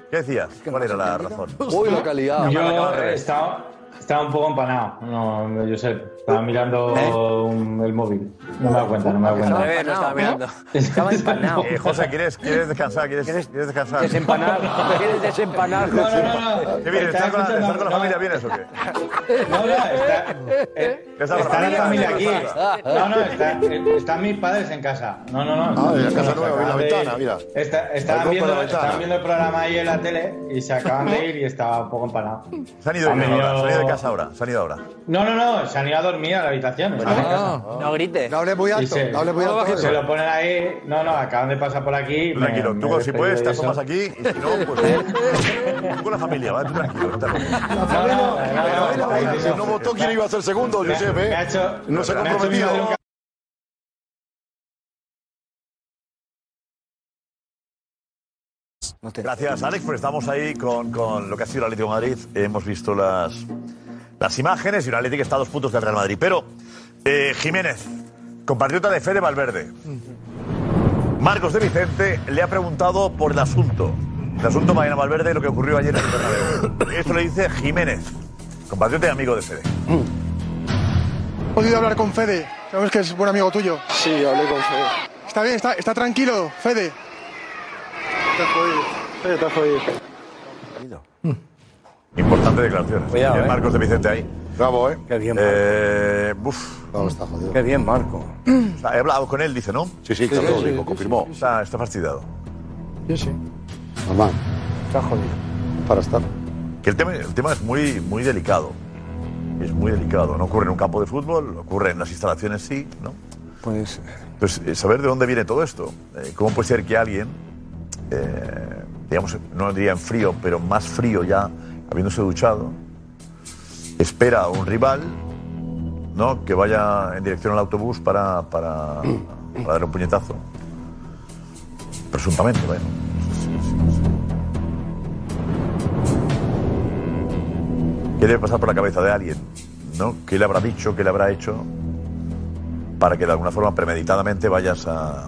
S2: ¿Qué decías? ¿Cuál era la razón?
S4: Uy, lo que ha liado.
S17: Yo estaba, estaba un poco empanado. No, no, yo sé, estaba mirando un- el móvil. No me da cuenta, no me da cuenta.
S2: Estaba empanado. Eh, José, ¿quieres, ¿quieres descansar? ¿Quieres, ¿Quieres descansar?
S18: Desempanar. ¿Quieres desempanar?
S17: No, no, no, no.
S2: ¿Qué vienes? ¿Estás con la,
S17: Estaba
S2: estás con la familia? ¿Vienes o qué?
S17: No, no, está,
S2: Está
S17: está la
S2: familia,
S17: familia
S2: ¿qué
S17: aquí.
S2: pasa?
S17: No, no, está- están mis padres en casa. No, no, no.
S7: Ah, en la casa
S17: Se
S7: nueva, en la
S17: acaban de
S7: ventana,
S17: ir.
S7: mira.
S17: Está-
S7: Balcón
S17: estaban,
S7: por la
S17: viendo,
S7: ventana.
S17: estaban viendo el programa ahí en la tele y se acaban de ir y estaba un poco empanado.
S2: Se han ido de
S17: Han
S2: casa ahora.
S17: venido-
S2: Se han ido de casa ahora. Se han ido ahora.
S17: No, no, no, se han ido a dormir a la habitación. están en casa.
S18: No grites. No
S8: hables muy
S17: Y se- Se lo ponen ahí. No, no, acaban de pasar por aquí.
S2: Tú tranquilo, tú Pues si puedes, te asomas aquí y si no, pues. Tú con la familia, va, tú tranquilo. no te preocupes.
S7: No votó quién iba a ser segundo, Josep, ¿eh? No se ha
S2: me ha hecho mi
S7: comprometido.
S2: madre un Gracias, Alex, pues estamos ahí con, con lo que ha sido el Atlético de Madrid. Hemos visto las, las imágenes y el Atlético está a dos puntos del Real Madrid. Pero, eh, Jiménez, compatriota de Fede Valverde. Marcos de Vicente le ha preguntado por el asunto. El asunto Mariana Valverde, lo que ocurrió ayer en el Bernabéu. Esto le dice Jiménez, compatriota y amigo de Fede.
S19: ¿Has podido hablar con Fede? Sabes que es buen amigo tuyo.
S8: Sí, hablé con Fede.
S19: ¿Está bien? ¿Está, está tranquilo, Fede?
S8: Está jodido. Fede
S2: Pues, eh,
S8: está jodido.
S2: Importantes declaraciones.
S18: Cuidado,
S2: Y el
S18: ¿eh?
S2: Marcos de Vicente ahí. Bravo, ¿eh? Qué bien, Marco. Eh, uf. está jodido. Qué bien, Marco. O sea, he hablado con él, dice, ¿no?
S7: Sí, sí, Sí, claro, sí, lo dijo, sí, confirmó.
S2: Está, está fastidiado.
S6: Yo sí.
S7: Normal,
S6: Está jodido.
S7: para estar.
S2: Que el tema, el tema es muy, muy delicado. Es muy delicado. No ocurre en un campo de fútbol, ocurre en las instalaciones sí, ¿no?
S8: Pues
S2: Entonces, eh, saber de dónde viene todo esto. Eh, ¿Cómo puede ser que alguien, eh, digamos, no diría en frío, pero más frío ya, habiéndose duchado, espera a un rival, ¿no? Que vaya en dirección al autobús para, para, para dar un puñetazo. Presuntamente, bueno. ¿Qué debe pasar por la cabeza de alguien? ¿No? ¿Qué le habrá dicho? ¿Qué le habrá hecho? para que de alguna forma premeditadamente vayas a.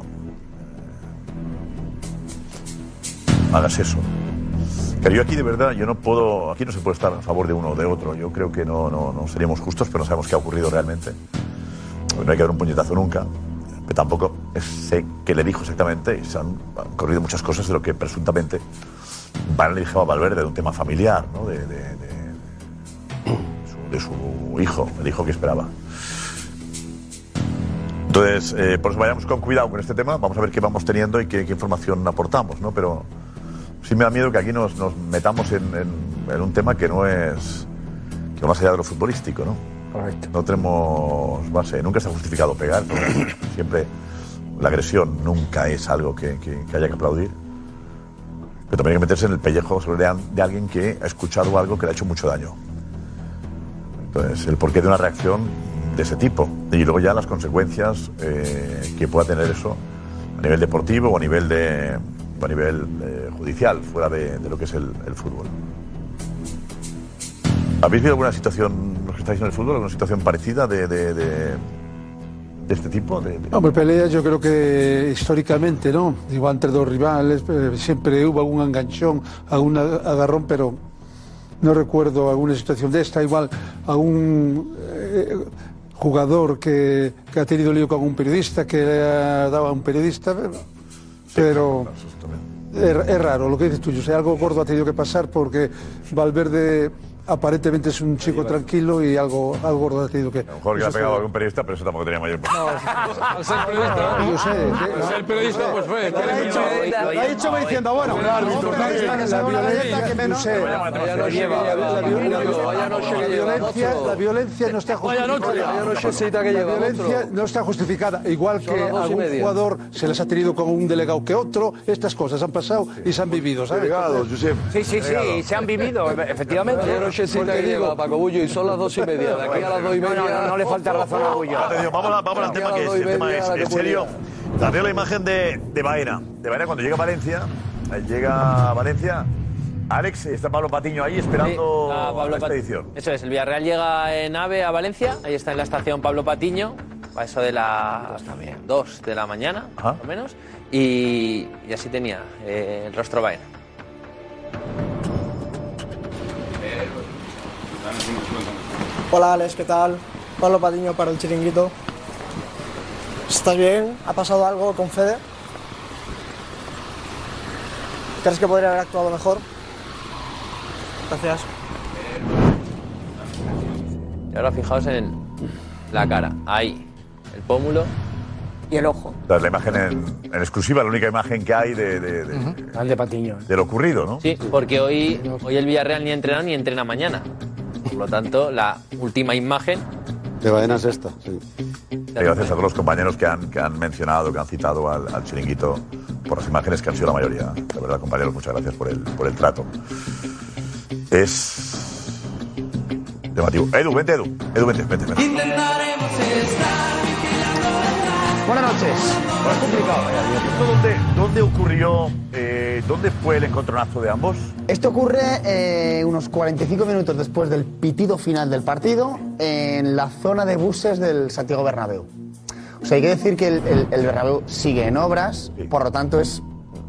S2: hagas eso. Pero yo aquí de verdad, yo no puedo. Aquí no se puede estar a favor de uno o de otro. Yo creo que no, no, no seríamos justos, pero no sabemos qué ha ocurrido realmente. No hay que dar un puñetazo nunca. Pero tampoco sé qué le dijo exactamente. Y se han ocurrido muchas cosas de lo que presuntamente Van le dijo a Valverde de un tema familiar, ¿no? de, de- de- de su, de su hijo, el hijo que esperaba. Entonces, eh, por eso vayamos con cuidado con este tema, vamos a ver qué vamos teniendo y qué, qué información aportamos, ¿no? Pero sí me da miedo que aquí nos, nos metamos en, en- en un tema que no es. que va más allá de lo futbolístico, ¿no? Correcto. No tenemos base, nunca está justificado pegar, ¿no? siempre la agresión nunca es algo que, que- que haya que aplaudir. Pero también hay que meterse en el pellejo sobre de, al- de alguien que ha escuchado algo que le ha hecho mucho daño. Entonces, el porqué de una reacción de ese tipo. Y luego ya las consecuencias eh, que pueda tener eso a nivel deportivo o a nivel, de, o a nivel eh, judicial, fuera de, de lo que es el, el fútbol. ¿Habéis visto alguna situación, los que estáis en el fútbol, alguna situación parecida de, de, de- de este tipo? De- de-
S8: Hombre, peleas yo creo que históricamente, ¿no? Igual entre dos rivales, eh, siempre hubo algún enganchón, algún agarrón, pero no recuerdo alguna situación de esta. Igual algún eh, jugador que, que ha tenido lío con un periodista, que le ha dado a un periodista, pero- pero... Es, es raro lo que dices tú, José. Algo gordo ha tenido que pasar porque Valverde aparentemente es un chico tranquilo y algo, algo gordo ha tenido que...
S2: Jorge
S8: Eso
S2: ha
S8: está
S2: pegado a algún periodista, pero eso tampoco tenía mayor
S6: Al ser periodista,
S8: Yo sé,
S6: Al ser periodista, pues fue.
S8: Lo ha hecho,
S20: Lo ha dicho me diciendo, bueno, un árbitro, una que saca una galleta, que menos.
S8: violencia- la violencia no está justificada.
S4: Vaya nochecita que
S8: La
S4: lleva
S8: violencia
S4: otro.
S8: no está justificada. Igual que
S4: Son las dos y
S8: algún
S4: media.
S8: jugador se las ha tenido con un delegado que otro, estas cosas han pasado y se han vivido. ¿sabes?
S7: Delegado, Josep.
S18: Sí, sí, sí, se han vivido, efectivamente.
S4: nochecita Porque que lleva, digo- Paco Bullo, y son las dos y media. De aquí a las dos y No, media. no, no, no le falta razón a Bullo.
S2: Atención, vamos, a- vamos al
S4: Aquí a
S2: tema que
S4: las
S2: es.
S4: dos y
S2: El tema
S4: media,
S2: es,
S4: la que
S2: en serio, también la imagen de, de Baena. De Baena cuando llega a Valencia, eh, llega a Valencia, Alex, está Pablo Patiño ahí esperando
S4: Ah,
S2: la expedición.
S5: Eso es, el Villarreal llega en AVE a Valencia, ahí está en la estación Pablo Patiño, a eso de las 2 de la mañana, más o menos, y, y así tenía eh, el rostro Baena.
S21: Hola Alex, ¿qué tal? Pablo Patiño para el chiringuito. ¿Estás bien? ¿Ha pasado algo con Fede? ¿Crees que podría haber actuado mejor? Gracias.
S5: Y ahora fijaos en la cara, ahí, el pómulo y el ojo.
S2: Esta es La imagen en, en exclusiva, la única imagen que hay de, de, de-
S5: Patiño.
S2: de lo ocurrido, ¿no?
S5: Sí, porque hoy, hoy el Villarreal ni ha entrenado ni entrena mañana. Por lo tanto, la última imagen
S2: De Baena es esta, sí. Gracias a todos los compañeros que han, que han mencionado, que han citado al, al chiringuito por las imágenes que han sido la mayoría. La verdad, compañeros, muchas gracias por el, por el trato. Es. llamativo. Edu, vente, Edu. Edu, vente, vente. vente.
S20: Buenas noches.
S2: Es complicado. ¿Dónde, dónde ocurrió, eh, dónde fue el encontronazo de ambos?
S22: Esto ocurre eh, unos 45 minutos después del pitido final del partido en la zona de buses del Santiago Bernabéu. O sea, hay que decir que el, el- el Bernabéu sigue en obras, por lo tanto es...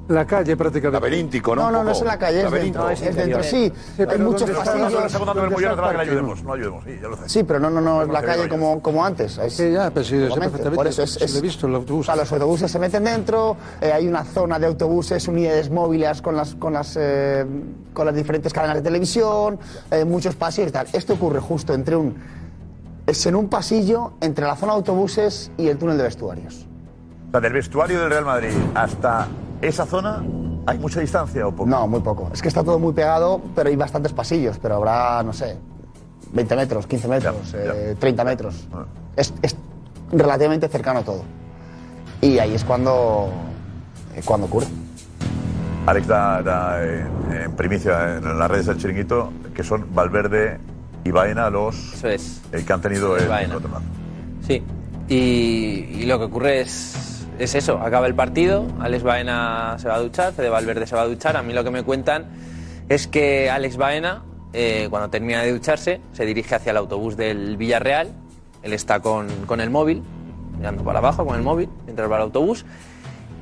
S8: La calle prácticamente.
S7: Laberíntico,
S22: No, no, no es en la calle, es
S8: Laberinto.
S22: dentro. Es, dentro, sí. Hay muchos pasillos.
S2: No estamos dando el
S22: donde
S2: mullón, atrás que le
S22: está el parque,
S2: ayudemos. No ayudemos, sí, ya lo sé.
S22: Sí, pero no, no, no es la
S2: sé,
S22: calle
S2: no,
S22: como, como antes. Es,
S8: ya, pero sí, lo sé
S22: igualmente.
S8: perfectamente,
S22: Por eso es,
S8: sí, lo he
S22: es-
S8: visto, el autobús.
S22: o sea, los autobuses se meten dentro, eh, hay una zona de autobuses, unidades móviles con las, con las, eh, con las diferentes cadenas de televisión, eh, muchos pasillos y tal. Esto ocurre justo entre un... Es en un pasillo entre la zona de autobuses y el túnel de vestuarios.
S2: O sea, del vestuario del Real Madrid hasta esa zona, ¿hay mucha distancia o poco?
S22: No, muy poco. Es que está todo muy pegado, pero hay bastantes pasillos, pero habrá, no sé, 20 metros, 15 metros, eh, 30 metros.
S2: Ah.
S22: Es, es relativamente cercano todo. Y ahí es cuando, eh, cuando ocurre.
S2: Alex da, da, eh, en primicia en las redes del chiringuito que son Valverde y Baena los eh, que han tenido el
S5: Baena.
S2: encontronazo.
S5: Sí, y, y lo que ocurre es, es eso, acaba el partido, Alex Baena se va a duchar, Fede Valverde se va a duchar, a mí lo que me cuentan es que Alex Baena, eh, cuando termina de ducharse, se dirige hacia el autobús del Villarreal, él está con, con el móvil, mirando para abajo con el móvil, mientras va al autobús,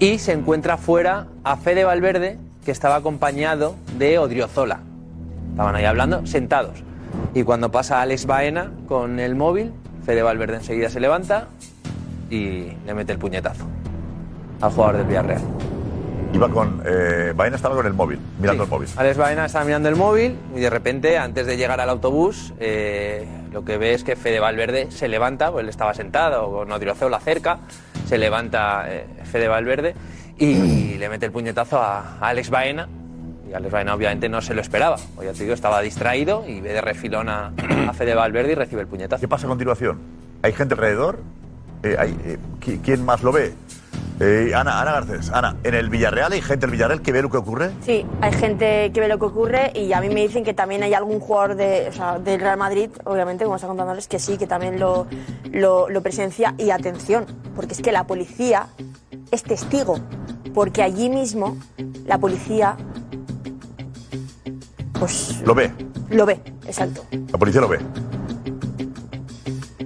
S5: y se encuentra fuera a Fede Valverde, que estaba acompañado de Odriozola. Estaban ahí hablando, sentados. Y cuando pasa Alex Baena con el móvil, Fede Valverde enseguida se levanta y le mete el puñetazo al jugador del Villarreal.
S2: Iba con. eh, Baena estaba con el móvil, mirando el móvil.
S5: Alex Baena estaba mirando el móvil y de repente, antes de llegar al autobús, eh, lo que ve es que Fede Valverde se levanta, pues él estaba sentado con Odriozola cerca, se levanta eh, Fede Valverde y le mete el puñetazo a, a Alex Baena. Y Alex Baena obviamente no se lo esperaba, o ya te digo, estaba distraído y ve de refilón a, a Fede Valverde y recibe el puñetazo.
S2: ¿Qué pasa a continuación? ¿Hay gente alrededor? Eh, hay, eh, ¿qui- ¿Quién más lo ve? Eh, Ana, Ana Garcés, Ana, ¿en el Villarreal hay gente del Villarreal que ve lo que ocurre?
S1: Sí, hay gente que ve lo que ocurre y a mí me dicen que también hay algún jugador de, o sea, del Real Madrid, obviamente, como está contándoles, que sí, que también lo, lo, lo presencia y atención, porque es que la policía es testigo, porque allí mismo la policía Pues.
S2: Lo ve,
S1: lo ve, exacto.
S2: la policía lo ve.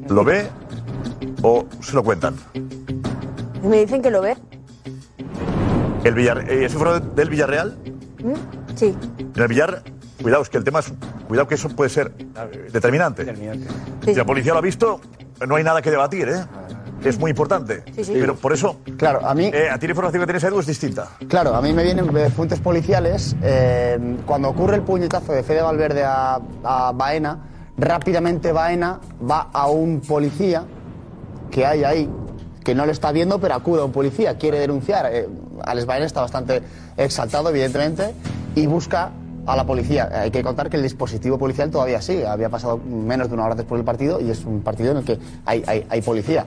S2: ¿Lo ve o se lo cuentan?
S1: Y me dicen que lo ve.
S2: El Villar- eh, ¿Ese fue del Villarreal?
S1: ¿Mm? Sí.
S2: En el Villar, cuidado, es que el tema es. Cuidado, que eso puede ser determinante. Si la policía lo ha visto, no hay nada que debatir, ¿eh? Es muy importante.
S22: Sí, sí.
S2: Pero por eso. eh,
S22: Claro, a mí.
S2: a ti la información que tienes, Edu, es distinta.
S22: Claro, a mí me vienen eh, fuentes policiales. eh, cuando ocurre el puñetazo de Fede Valverde a, a Baena, rápidamente Baena va a un policía que hay ahí, que no lo está viendo, pero acude a un policía, quiere denunciar. Eh, Alex Baena está bastante exaltado, evidentemente, y busca a la policía. Eh, Hay que contar que el dispositivo policial todavía sigue. Había pasado menos de una hora después del partido y es un partido en el que hay, hay- hay policía.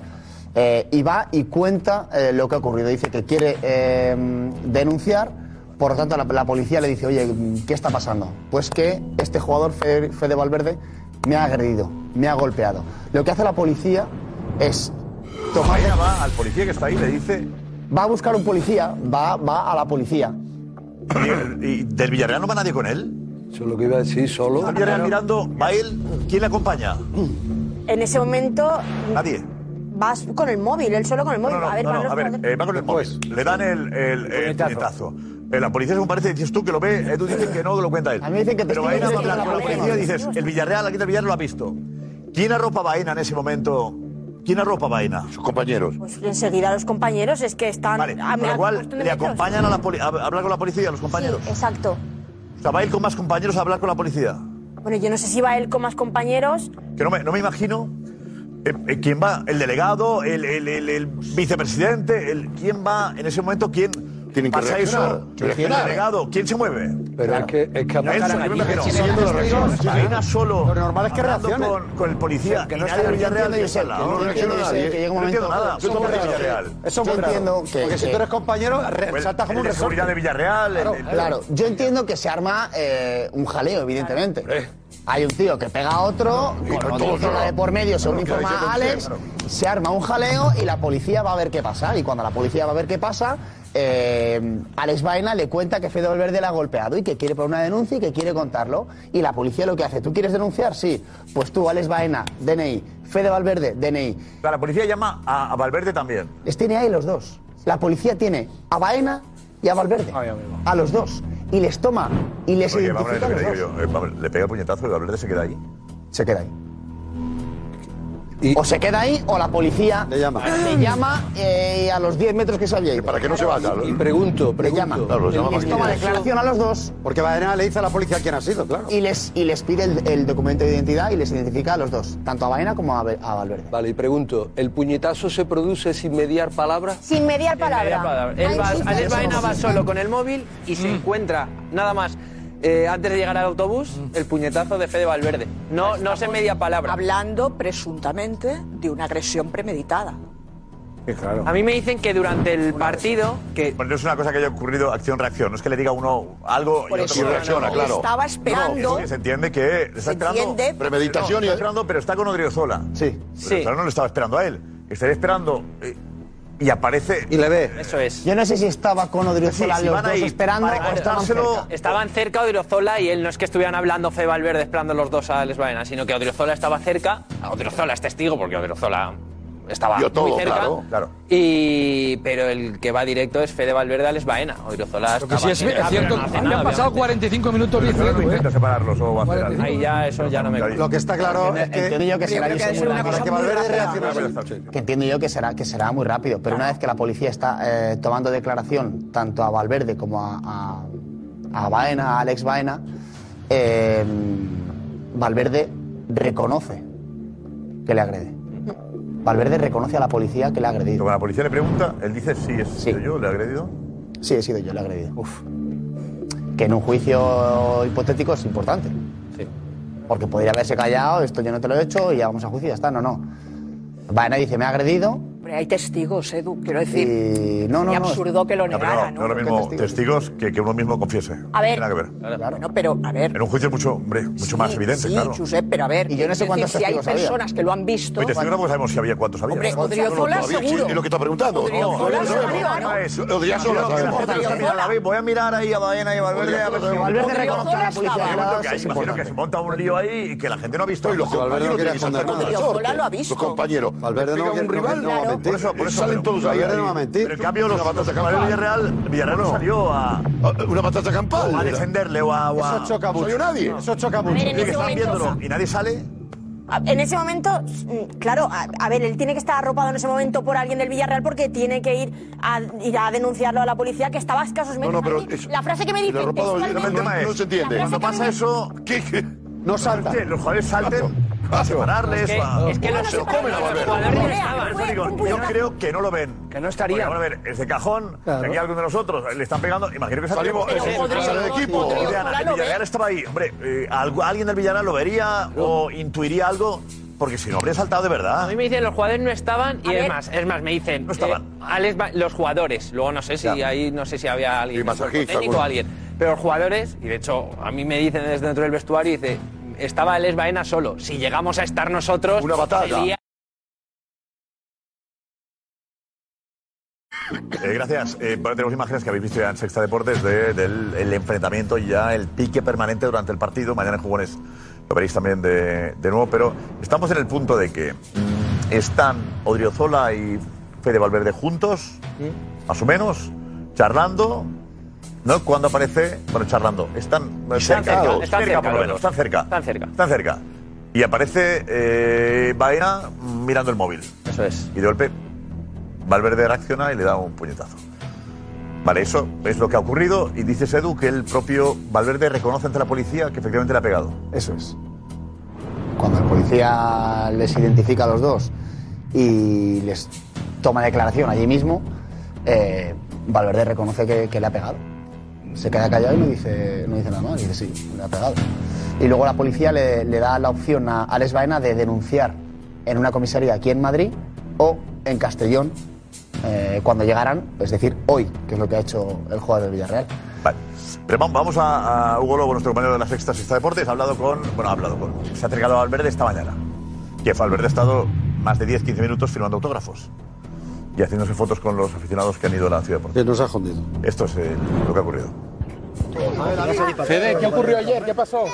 S22: Eh, y va y cuenta eh, lo que ha ocurrido. Dice que quiere eh, denunciar Por lo tanto, la, la policía le dice, oye, ¿qué está pasando? Pues que este jugador, Fede, Fede Valverde, me ha agredido, me ha golpeado. Lo que hace la policía es tomar...
S2: Baena va al policía que está ahí, le dice...
S22: Va a buscar un policía, va, va a la policía.
S2: ¿Y, y del Villarreal no va nadie con él?
S4: Eso es lo que iba a decir solo.
S2: Está Villarreal mirando, va él, ¿quién le acompaña?
S1: En ese momento
S2: Nadie.
S1: vas con el móvil, él solo con el móvil. a ver,
S2: No, no,
S1: Pablo,
S2: a ver, eh, va con el móvil. Le dan el, el, el puñetazo. Eh, La policía, según parece, dices tú que lo ve, eh, tú dices que no, que lo cuenta él.
S22: A mí me dicen que
S2: Pero
S22: testigos
S2: Baena va a
S22: dicen que
S2: hablar
S22: la
S2: con la
S22: policía
S2: policía y
S22: no.
S2: dices, el Villarreal, aquí el Villarreal lo ha visto. ¿Quién arropa a Baena en ese momento? ¿Quién arropa a Baena? Sus
S7: compañeros.
S1: enseguida los compañeros es que están... a-
S2: Con lo
S1: a-
S2: cual,
S1: acostumbrados.
S2: le acompañan a, la poli- a a hablar con la policía, los compañeros.
S1: Exacto.
S2: O sea, va a ir con más compañeros a hablar con la policía.
S1: Bueno, yo no sé si va él con más compañeros.
S2: Que no me, no me imagino eh, eh, quién va, el delegado, el, el- el- el vicepresidente, el, quién va en ese momento, quién
S7: Tienen que
S2: pasa
S7: reaccionar.
S2: eso,
S7: Tienen que
S2: el
S7: reaccionar.
S2: delegado, quién se mueve.
S4: Pero es que es que
S2: Nelson, yo me imagino, siguiendo la reacción. Baena solo. Lo normal es que reaccione. Con, con el policía.
S22: Que
S2: que
S22: no
S2: no
S22: está
S2: nadie del
S22: reaccionando
S2: Villarreal
S22: y
S2: nadie
S22: es el
S2: sala.
S22: que
S2: No
S22: no
S2: reacciona
S22: entiende,
S2: nadie.
S22: que llega un
S2: No entiendo
S22: momento-
S2: nada.
S22: Eso
S2: Yo
S22: es
S2: tampoco del
S22: muy raro.
S2: Villarreal.
S22: Eso es muy Yo raro. entiendo que-
S20: Porque si
S22: que-
S20: tú eres compañero, re-
S2: Bueno,
S20: saltas como
S2: el
S20: un
S2: de
S20: resorte.
S2: seguridad de Villarreal, el-
S22: Claro,
S2: el-
S22: claro. yo entiendo que se arma eh, un jaleo, evidentemente. Hay un tío que pega a otro, con con otro todo, tío de por medio se claro, uniforma claro, a Alex, claro. se arma un jaleo y la policía va a ver qué pasa. Y cuando la policía va a ver qué pasa, eh, Alex Baena le cuenta que Fede Valverde la ha golpeado y que quiere poner una denuncia y que quiere contarlo. Y la policía lo que hace, ¿tú quieres denunciar? Sí. Pues tú, Alex Baena, DNI. Fede Valverde, DNI.
S2: O sea, La policía llama a, a Valverde también.
S22: Les tiene ahí los dos. La policía tiene a Baena y a Valverde. a los dos. Y les toma y les
S2: Oye, vamos a ver lo
S22: identifica a
S2: que
S22: los
S2: le
S22: dos.
S2: digo yo. Eh, vamos, Le pega el puñetazo y Valverde se queda ahí.
S22: Se queda ahí. O se queda ahí o la policía le llama,
S5: Ah.
S22: eh, a los 10 metros que se había ido. Para
S7: que no se vaya.
S4: Y pregunto,
S22: Le llama. les toma declaración a los dos.
S20: Porque Baena le dice a la policía quién ha sido, claro.
S22: Y les, y les pide el, el documento de identidad y les identifica a los dos, tanto a Baena como a, Be- a Valverde.
S4: Vale, y pregunto, ¿el puñetazo se produce sin mediar palabras?
S1: Sin mediar
S4: mediar
S1: palabra.
S4: palabra.
S5: Él va,
S1: Ah, existe
S5: Alex
S1: eso.
S5: Baena va solo con el móvil y se encuentra nada más eh, antes de llegar al autobús el puñetazo de Fede Valverde. No, no se media palabra.
S12: Hablando presuntamente de una agresión premeditada.
S5: A mí me dicen que durante el partido que
S2: Bueno, no es una cosa que haya ocurrido acción-reacción. No es que le diga uno algo
S12: Por
S2: y
S12: eso
S2: otro reacciona,
S12: no,
S2: claro.
S12: estaba
S2: No,
S12: esperando.
S2: es que se entiende que le está esperando.
S12: entiende.
S7: Premeditación
S2: No, está esperando, pero está con Odriozola. Sí. Odriozola no le estaba esperando a él. Estaría esperando eh, y aparece.
S22: Y le ve.
S5: Eso es.
S22: Yo no sé si estaba con Odriozola
S5: Sí, si
S22: los
S5: van
S22: dos
S5: ahí
S22: esperando
S5: para
S22: o estaban
S5: cortárselo,
S22: cerca.
S5: Estaban cerca Odriozola y él no es que estuvieran hablando Fe Valverde esperando los dos a Alex Baena, sino que Odriozola estaba cerca. Odriozola es testigo porque Odriozola estaba
S7: Vio todo,
S5: muy cerca.
S7: claro, claro.
S5: Y pero el que va directo es Fede Valverde a Alex Baena. Odriozola
S6: Que
S5: estaba
S6: sí es, es
S5: cerca,
S6: cierto,
S5: pero no hace
S6: han
S5: nada,
S6: pasado
S5: obviamente.
S6: 45 minutos 10
S2: Pero no intenta separarlos o hacer algo.
S5: Ahí ya, eso ya no me
S22: Lo que está claro es que- Entiendo yo que será eso muy rápido.
S20: Para que Valverde reaccione así.
S22: Que entiendo yo que será, que será muy rápido, pero una vez que la policía está eh, tomando declaración tanto a Valverde como a, a, a Baena, a Alex Baena, eh, Valverde reconoce que le agrede. Valverde reconoce a la policía que le ha agredido.
S2: Cuando la policía le pregunta, él dice sí, es soy yo, le he agredido.
S22: Sí, he sido yo el agredido. Que en un juicio hipotético es importante. Porque podría haberse callado, esto yo no te lo he hecho y ya vamos a juicio y ya está. No, no. Baena dice, me ha agredido.
S12: Hombre, hay testigos, Edu, quiero decir.
S22: Y no, no,
S12: sería
S22: no,
S12: absurdo que lo
S2: Eh, No, pero
S12: negara,
S2: no,
S12: ¿no?
S2: no es lo mismo testigos que, que uno mismo confiese.
S12: A ver.
S2: Nada que ver.
S12: Bueno, pero a ver.
S2: En un juicio es mucho, hombre, mucho
S12: Sí,
S2: más evidente,
S12: sí,
S2: claro.
S12: Josep, pero a ver.
S22: Y yo no sé
S12: quiero
S22: cuántos
S12: decir, Si hay
S22: testigos había.
S12: personas que lo han visto.
S2: Oye, testigos tampoco sabemos si había cuántos había.
S12: Hombre, Odriozola
S2: Todavía, sí,
S12: seguro.
S2: Es lo que está preguntando.
S12: Odriozola
S2: No, no, no,
S12: seguro,
S2: no, no,
S12: ¿no?
S2: no, es-
S7: Odriozola
S2: Yo creo que la
S7: sabemos.
S2: gente está mirando a la vez, Voy a mirar ahí a Baena y a Valverde. a ver si-
S22: Valverde reconoce a la
S2: Yo
S22: policía.
S2: creo que hay- Imagino que se monta un lío ahí y Pues que la gente no ha visto.
S7: Y los compañeros no quieren responder nada. Los compañeros.
S2: Valverde
S7: Pega un rival, Por eso, por eso salen todos ahí.
S2: Pero en cambio, los
S7: Una batalla campal. Ah,
S2: el Villarreal, Villarreal no salió a.
S7: Una batalla campal.
S2: A defenderle o a. o a-
S7: Eso choca mucho.
S2: No salió nadie.
S7: Eso
S20: choca
S1: mucho. A ver, en
S2: Y que
S1: ese
S2: están
S1: momento-
S2: viéndolo y nadie sale.
S1: A- Ah, En ese momento, mm, claro, a, a ver, él tiene que estar arropado en ese momento por alguien del Villarreal porque tiene que ir a, ir a denunciarlo a la policía que estaba a escasos metros.
S7: pero
S1: de mí. la frase que me
S7: El
S1: dice
S7: arropado no,
S1: textualmente-
S7: no se entiende.
S1: La frase que me-
S2: eso.
S7: ¿Qué? qué?
S2: No saltan. Los jugadores salten a separarles.
S7: Es que-
S2: a-
S7: es que los-
S2: se lo comen a Valverde.
S7: jugadores
S2: Por
S7: estaban. ¿eh?
S2: eso digo, Yo creo que no lo ven. Que no estaría. Vamos a ver, es de cajón.
S7: Claro.
S2: Aquí alguno de nosotros eh, le están pegando. Imagino que
S7: Salimos,
S2: salió-
S7: eh,
S2: Pero
S7: sale
S2: Odriozola-
S7: del equipo.
S2: Odriozola, El Villarreal estaba ahí. Hombre, eh, algo- alguien del Villarreal lo vería o intuiría algo. porque si no habría saltado de
S5: A
S2: verdad.
S5: mí me dicen los jugadores no estaban y
S2: A
S5: es
S2: ver.
S5: más, es más, me dicen. No
S2: estaban.
S5: Alex Ba- los jugadores, luego no sé si
S2: Ya.
S5: ahí, no sé si había alguien. del cuerpo
S2: masajista,
S5: técnico o
S2: alguno.
S5: alguien. Pero los jugadores, y de hecho a mí me dicen desde dentro del vestuario, dice, estaba Alex Baena solo. Si llegamos a estar nosotros. Una
S2: batalla. Eh, gracias. Eh, bueno, tenemos imágenes que habéis visto ya en Sexta Deportes de- del el enfrentamiento, ya el pique permanente durante el partido. Mañana en jugones lo veréis también de, de nuevo, pero estamos en el punto de que mm, están Odriozola y Fede Valverde juntos, más o menos, charlando. ¿No? Cuando aparece, bueno, charlando, están,
S5: Están
S2: cerca,
S5: cerca,
S2: o
S5: están cerca,
S2: por lo
S5: los
S2: menos,
S5: dos.
S2: están cerca. Están cerca. Están cerca. Y aparece eh, Baena mirando el móvil.
S5: Eso es.
S2: Y de golpe Valverde reacciona y le da un puñetazo. Vale, eso es lo que ha ocurrido y dice Edu que el propio Valverde reconoce ante la policía que efectivamente le ha pegado.
S22: Eso es. Cuando el policía les identifica a los dos y les toma declaración allí mismo, eh, Valverde reconoce que, que le ha pegado. Se queda callado y no dice, no dice nada más. Dice, sí, le ha pegado. Y luego la policía le, le da la opción a Alex Baena de denunciar en una comisaría aquí en Madrid o en Castellón eh, cuando llegaran, es decir, hoy, que es lo que ha hecho el jugador del Villarreal.
S2: Vale. Pero vam- vamos a, a Hugo Lobo, nuestro compañero de la sexta, sexta deportes, ha hablado con, bueno, ha hablado con, se ha acercado a Valverde esta mañana. Que Valverde ha estado más de 10-15 minutos firmando autógrafos y haciéndose fotos con los aficionados que han ido a la ciudad deportiva.
S8: Que nos ha jodido.
S2: Esto es eh, lo que ha ocurrido.
S23: Fede, ¿qué ocurrió ayer? ¿Qué pasó?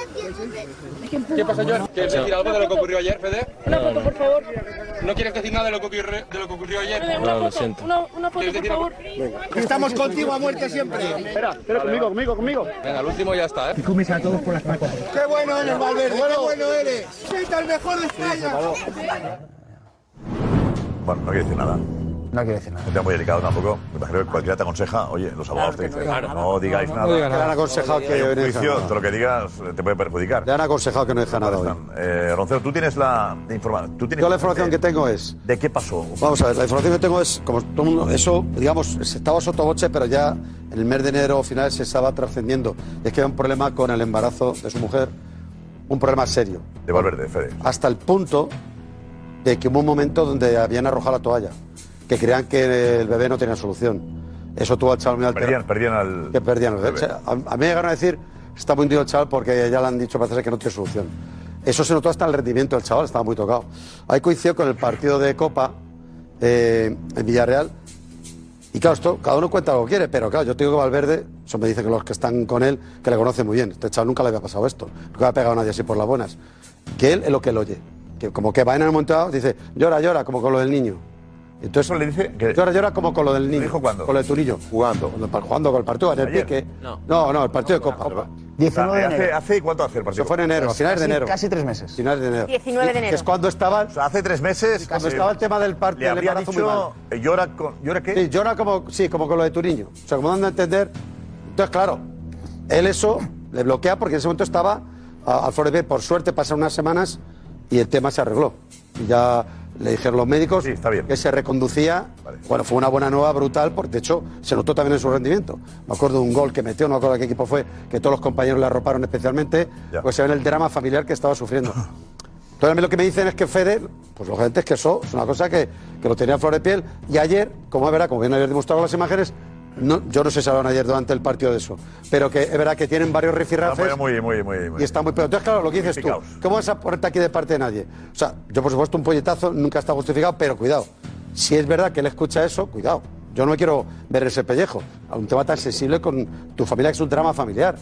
S23: ¿Qué pasó, John? ¿Quieres decir algo de lo que ocurrió ayer, Fede?
S3: Una foto, por favor.
S23: ¿No quieres decir nada de lo que ocurrió, de lo que ocurrió ayer?
S3: Una foto, Una, una foto, por favor.
S23: Estamos contigo
S3: a muerte siempre.
S23: Espera, espera, conmigo, conmigo, conmigo. Venga, el último ya está, ¿eh?
S9: comes a todos por las macos.
S23: ¡Qué bueno eres, Valverde! ¡Qué bueno eres! ¡Soy el mejor de España!
S2: Bueno, no quiere decir nada.
S22: No quiere decir nada.
S2: No te muy delicado tampoco. Me imagino que cualquiera te aconseja. Oye, los abogados te dicen,
S22: diga nada.
S2: no digáis
S22: No,
S2: nada.
S22: no diga nada.
S2: Te han aconsejado que
S22: Hay un
S2: no
S22: juicio,
S2: digas nada. todo lo que digas eh, te puede perjudicar.
S9: Te han aconsejado que no deja nada hoy.
S2: Eh, Roncero, tú tienes la información. Tú tienes
S9: Yo la información que tengo es...
S2: ¿De qué pasó?
S9: Vamos a ver, la información que tengo es, como todo el mundo, eso, digamos, se estaba sotto voce, pero ya en el mes de enero final se estaba trascendiendo. Y es que había un problema con el embarazo de su mujer, un problema serio.
S2: De Valverde, Fede.
S9: Hasta el punto de que hubo un momento donde habían arrojado la toalla, que creían que el bebé no tenía solución. Eso tuvo al chaval muy alterado.
S2: Perdían, perdían al...
S9: Que perdían. O sea, A, a mí me llegaron a decir, está muy hundido el chaval porque ya le han dicho, parece que no tiene solución. Eso se notó hasta en el rendimiento del chaval, estaba muy tocado. Ahí coincidió con el partido de Copa eh, en Villarreal. Y claro, esto, cada uno cuenta lo que quiere, pero claro, yo te digo que Valverde, eso me dicen que los que están con él, que le conocen muy bien. Este chaval nunca le había pasado esto, nunca le ha pegado a nadie así por las buenas. Que él es lo que él oye. Que como que va en el momento dado, dice, llora, llora, como con lo del niño. Entonces,
S2: le dice
S9: llora, llora como con lo del niño. ¿Dijo cuándo? Con lo de Turillo.
S2: Jugando.
S9: jugando con el partido, en el
S2: Ayer.
S9: pique.
S2: No.
S9: No, no, el partido de Copa.
S22: 19 de
S2: hace,
S9: enero.
S2: ¿Hace cuánto hace el partido?
S9: Se fue en enero, a finales de enero.
S22: tres meses.
S9: Finales de enero.
S22: 19 de
S9: Que
S22: enero.
S9: es cuando estaba.
S2: hace tres meses.
S9: Cuando
S2: hace-
S9: estaba el tema del
S2: Le
S9: partido del
S2: habría
S9: embarazo muy mal.
S2: dicho, eh, llora, con- llora qué?
S9: Sí, llora como, sí, como con lo de Turiño. O sea, como dando a entender. Entonces, claro, él eso le bloquea porque en ese momento estaba a- al Forest B. Por suerte pasaron unas semanas y el tema se arregló. Y ya le dijeron los médicos que se reconducía. Bueno, fue una buena nueva brutal porque, de hecho, se notó también en su rendimiento. Me acuerdo de un gol que metió, no me acuerdo de qué equipo fue, que todos los compañeros le arroparon especialmente,
S2: Ya.
S9: porque se ve en el drama familiar que estaba sufriendo. Entonces, a mí lo que me dicen es que Fede, pues lógicamente es que eso es una cosa que, que lo tenía a flor de piel. Y ayer, como verá, como bien habéis demostrado las imágenes, no, yo no sé si hablaron ayer durante el partido de eso, pero que es verdad que tienen varios rifirrafes
S2: Está Ah, muy, muy, muy, muy.
S9: y está muy. Pero entonces, claro, lo que
S2: Muy
S9: dices tú,
S2: picaos.
S9: ¿cómo vas a ponerte aquí de parte de nadie? O sea, yo por supuesto un puñetazo nunca está justificado, pero cuidado. Si es verdad que él escucha eso, cuidado. Yo no me quiero ver ese pellejo a un tema tan sensible con tu familia, que es un drama familiar.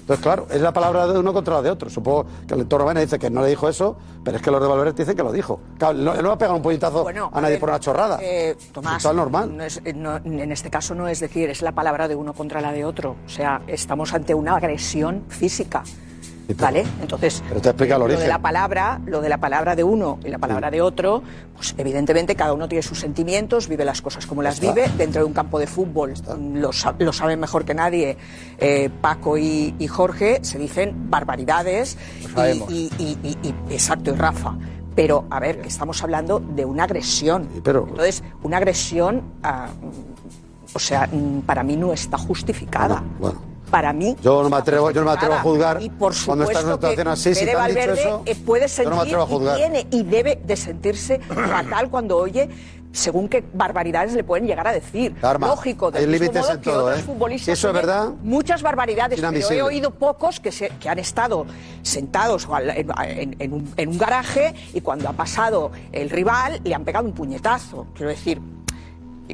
S9: Entonces, claro, es la palabra de uno contra la de otro. Supongo que el entorno Baena dice que no le dijo eso, pero es que los de Valverde dicen que lo dijo. Claro, no, él no va a pegar un puñetazo a nadie
S12: ver,
S9: por una chorrada.
S12: eh, Tomás,
S9: Eso es normal.
S12: no es- eh, no- en este caso no es decir, es la palabra de uno contra la de otro. O sea, estamos ante una agresión física. ¿Vale? Entonces,
S9: Pero te explica el
S12: lo de
S9: origen.
S12: la palabra, lo de la palabra de uno y la palabra de otro, pues evidentemente cada uno tiene sus sentimientos, vive las cosas como las
S9: Está.
S12: vive dentro de un campo de fútbol. Lo, sa- lo saben mejor que nadie eh, Paco y, y Jorge, se dicen barbaridades y-
S9: sabemos.
S12: y, y- y- y- exacto y Rafa. Pero a ver, que estamos hablando de una agresión.
S9: pero-
S12: Entonces, una agresión, ah, mm, o sea, mm, para mí no está justificada.
S9: Bueno,
S12: para mí.
S9: Yo no me atrevo, yo no me atrevo a juzgar
S12: Y por supuesto
S9: cuando estás en una
S12: que
S9: situación así, si
S12: Pere
S9: te han dicho
S12: Valverde
S9: eso,
S12: eh, puede
S9: yo no me
S12: sentir
S9: atrevo a juzgar.
S12: y tiene y debe de sentirse fatal cuando oye según qué barbaridades le pueden llegar a decir.
S9: Karma.
S12: Lógico, del
S9: Hay
S12: mismo
S9: límites
S12: modo
S9: en
S12: que
S9: todo,
S12: otros
S9: ¿eh?
S12: futbolistas
S9: Si eso es
S12: tienen
S9: verdad,
S12: muchas barbaridades,
S9: es
S12: pero he
S9: inadmisible.
S12: oído pocos que, se, que han estado sentados o al- en, en- en un, en un garaje y cuando ha pasado el rival le han pegado un puñetazo. Quiero decir,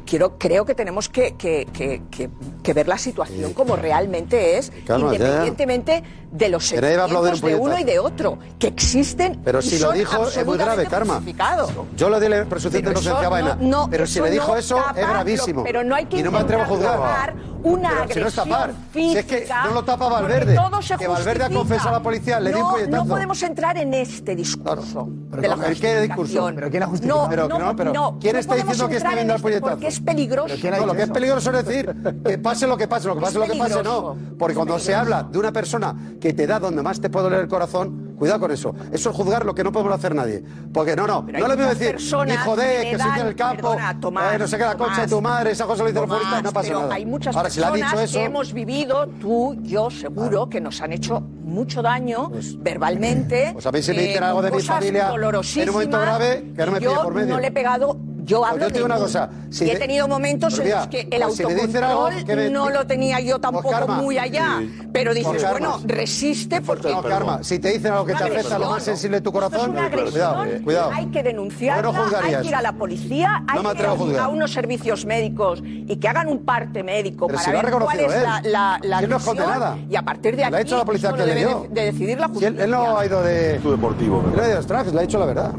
S12: quiero, creo que tenemos que, que- que- que- que ver la situación como realmente es,
S9: Calma, ya.
S12: independientemente de los
S9: Que nadie va a aplaudir un
S12: sentimientos de uno
S9: puñetazo.
S12: y de otro, que existen
S9: Pero
S12: y
S9: si lo
S12: son
S9: dijo, es muy grave,
S12: absolutamente
S9: Karma.
S12: justificados.
S9: Yo lo di la presunción de
S12: Pero eso
S9: inocencia a Baena.
S12: no- no,
S9: pero si le
S12: eso
S9: dijo
S12: no
S9: eso, es
S12: taparlo,
S9: gravísimo.
S12: pero no hay que
S9: y no me atrevo a
S12: intentar
S9: juzgar.
S12: tapar una
S9: Pero si no es
S12: agresión
S9: tapar. Si es que
S12: física,
S9: no lo tapa
S12: porque
S9: Valverde.
S12: todo se
S9: que Valverde ha
S12: justifica.
S9: confesado a la policía, le dio un
S12: No,
S9: puñetazo.
S12: No podemos entrar en este discurso.
S9: Pero
S12: de la
S9: ¿con el qué discurso?
S12: justificación.
S9: ¿Pero quién ha
S12: No,
S9: pero,
S12: no,
S9: no, pero
S12: no,
S9: ¿quién
S12: no
S9: está diciendo
S12: podemos
S9: que está
S12: entrar
S9: viendo
S12: en
S9: el
S12: esto
S9: puñetazo?
S12: porque es peligroso.
S9: ¿Pero quién ha No, lo que es peligroso es decir que pase lo que pase, lo que
S12: Es
S9: pase, lo que pase, no.
S12: peligroso.
S9: Porque
S12: Es
S9: cuando se
S12: peligroso.
S9: habla de una persona que te da donde más te puede doler el corazón, cuidado con eso. Eso es juzgar lo que no podemos hacer nadie. Porque no, no,
S12: hay
S9: no le voy a
S12: muchas
S9: decir,
S12: personas
S9: hijo de,
S12: que
S9: que soy
S12: dan-
S9: en el campo,
S12: perdona, Tomás,
S9: eh, no sé qué, la
S12: Tomás,
S9: concha de tu madre, esa cosa lo dicen los
S12: Tomás,
S9: futbolistas, no pasa
S12: pero
S9: nada.
S12: Hay muchas
S9: Ahora, si le ha
S12: personas
S9: dicho eso...
S12: que hemos vivido, tú, yo, seguro, que nos han hecho mucho daño verbalmente. eh,
S9: Pues a mí si me dicen algo de mi
S12: cosas
S9: familia en un
S12: dolorosísimas,
S9: momento grave, que no me
S12: y yo
S9: pille por medio.
S12: no le he pegado. Yo
S9: Pues
S12: hablo
S9: yo te digo
S12: de
S9: una
S12: mí.
S9: cosa, si
S12: Y he
S9: de-
S12: tenido momentos en
S9: Nuria,
S12: los que el
S9: pues si me dicen algo,
S12: autocontrol
S9: que me-
S12: no lo tenía yo tampoco
S9: Karma.
S12: muy allá.
S9: Sí.
S12: Pero dices,
S9: Por karma.
S12: bueno, resiste porque...
S9: No, Karma, si te dicen algo que
S12: Una
S9: te afecta,
S12: agresión.
S9: lo más sensible de tu
S12: Esto
S9: corazón,
S12: es una agresión,
S9: cuidado, eh, cuidado.
S12: hay que denunciarla,
S9: Yo no juzgaría
S12: hay que ir a la policía, hay
S9: No me
S12: que ir
S9: atrevo a
S12: a,
S9: juzgar.
S12: unos servicios médicos y que hagan un parte médico
S9: Pero
S12: para
S9: si lo ha
S12: ver cuál
S9: reconocido
S12: es la,
S9: él.
S12: la, la
S9: Si él no esconde
S12: agresión
S9: nada.
S12: y a partir de
S9: Lo
S12: aquí
S9: ha hecho la policía
S12: eso
S9: que
S12: lo
S9: le
S12: debe
S9: dio.
S12: de- de decidir la
S9: Si
S12: justicia.
S9: él, él no ha ido de...
S7: Tú deportivo,
S9: Él no ha
S7: ¿verdad?
S9: ido de straps, lo ha hecho la verdad.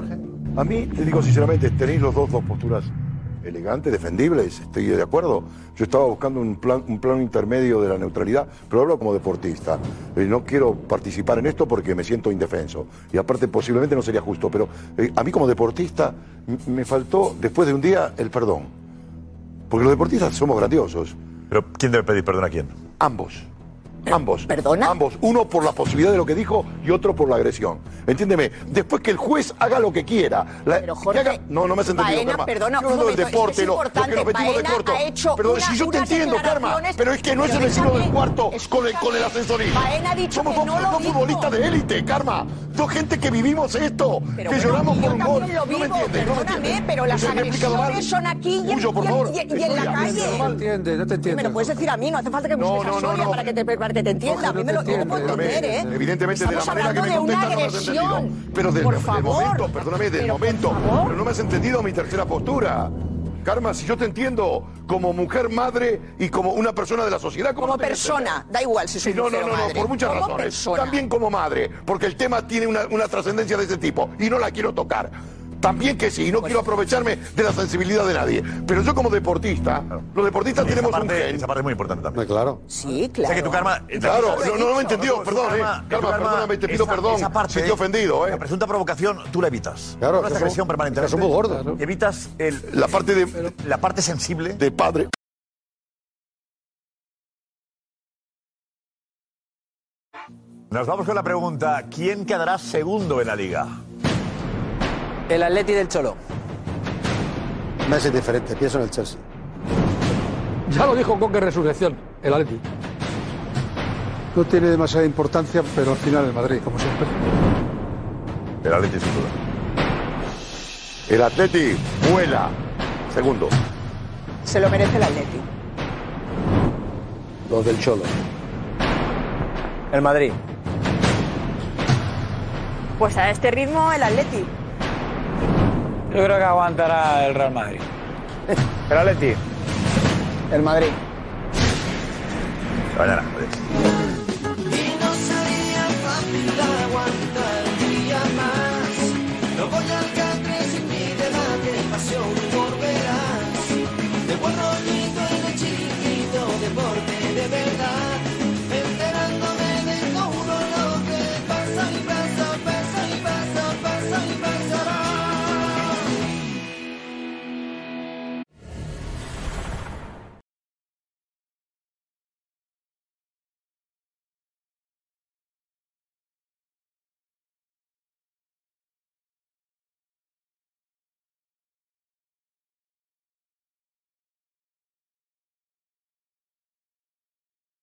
S7: A mí, te digo sinceramente, tenéis los dos dos posturas elegantes, defendibles, estoy de acuerdo. Yo estaba buscando un plan, un plano intermedio de la neutralidad, pero hablo como deportista. Eh, no quiero participar en esto porque me siento indefenso. Y aparte posiblemente no sería justo, pero eh, a mí como deportista m- me faltó, después de un día, el perdón. Porque los deportistas somos grandiosos.
S2: Pero ¿quién debe pedir perdón a quién?
S7: Ambos. Ambos. ¿Perdona? Ambos. Uno por la posibilidad de lo que dijo y otro por la agresión. Entiéndeme. Después que el juez haga lo que quiera. la- que haga- no, no me has entendido,
S12: Baena,
S7: Karma.
S12: perdona,
S7: Yo hablo
S12: un
S7: del
S12: momento, es que
S7: deporte,
S12: es
S7: lo-
S12: importante,
S7: lo que nos metimos
S12: Baena
S7: de corto.
S12: ha hecho
S7: pero
S12: una-
S7: si yo te
S12: unas
S7: entiendo, Karma,
S12: declaraciones-
S7: pero es que no es
S12: pero
S7: el vecino del
S12: escúchame,
S7: cuarto con el, con el
S12: escúchame,
S7: ascensorista.
S12: Baena ha dicho
S7: Somos
S12: que
S7: dos,
S12: no lo
S7: dos
S12: dijo.
S7: futbolistas de élite, Karma. Dos gente que vivimos esto,
S12: Pero
S7: que
S12: bueno,
S7: lloramos
S12: yo
S7: por un gol.
S12: también lo
S7: no
S12: vivo,
S7: me entiendes, no me
S12: perdóname,
S7: entiendes.
S12: pero las
S7: No sé, me he explicado mal.
S12: agresiones son aquí y en-
S7: Huyo, por
S12: y en-
S7: favor.
S12: y en- y en la
S7: Estoy-
S12: calle.
S8: No te entiende, no te
S12: Me
S8: entiende.
S12: lo puedes decir a mí, no hace falta que
S8: No,
S12: busques
S8: no,
S12: a
S8: no,
S12: Soria
S8: no.
S12: para, que te, para que te entienda. A mí me lo, yo lo puedo entender, ¿eh?
S7: Evidentemente, de la
S12: Estamos
S7: manera que
S12: hablando
S7: me
S12: de una
S7: contestas no me has
S12: agresión.
S7: entendido. Pero del,
S12: Por
S7: del
S12: favor.
S7: momento, perdóname, del momento. Pero no me has entendido mi tercera postura. Karma, si yo te entiendo como mujer, madre y como una persona de la sociedad. ¿cómo
S12: Como
S7: te voy a
S12: persona,
S7: entender?
S12: da igual si soy
S7: Sí, no,
S12: mujer
S7: no,
S12: o
S7: no, no,
S12: madre,
S7: por muchas
S12: como
S7: razones. También como madre, porque el tema tiene una, una trascendencia de ese tipo y no la quiero tocar. También que sí, y no quiero aprovecharme de la sensibilidad de nadie. Pero yo como deportista, los deportistas tenemos un gen.
S2: Esa parte es muy importante también.
S9: Claro.
S12: Sí,
S2: O sea que tu karma. eh,
S7: Claro,
S2: Eso
S7: no,
S2: he
S7: no me
S2: dicho.
S7: entendió,
S2: Tu
S7: perdón, eh.
S2: tu
S7: Karma, perdóname, te pido perdón si te he ofendido, eh.
S2: La presunta provocación tú la evitas.
S7: Claro,
S2: no es
S7: que
S2: agresión
S7: somos-
S2: permanente.
S7: que somos gordos, ¿no?
S2: Evitas el,
S7: La parte de-
S2: la parte sensible
S7: de padre.
S2: Nos vamos con la pregunta: ¿quién quedará segundo en la liga?
S5: El Atleti del Cholo.
S9: Messi es diferente, pienso en el Chelsea.
S6: Ya lo dijo Coque Resurrección, el Atleti.
S12: pues.
S8: No tiene demasiada importancia, pero al final el Madrid, como siempre.
S2: El Atleti sin duda.
S7: El Atleti vuela. Segundo.
S12: Se lo merece el Atleti.
S9: Los del Cholo.
S5: El Madrid.
S1: Pues a este ritmo el Atleti.
S16: Yo creo que aguantará el Real Madrid.
S5: El Atleti.
S22: El Madrid.
S2: Mañana.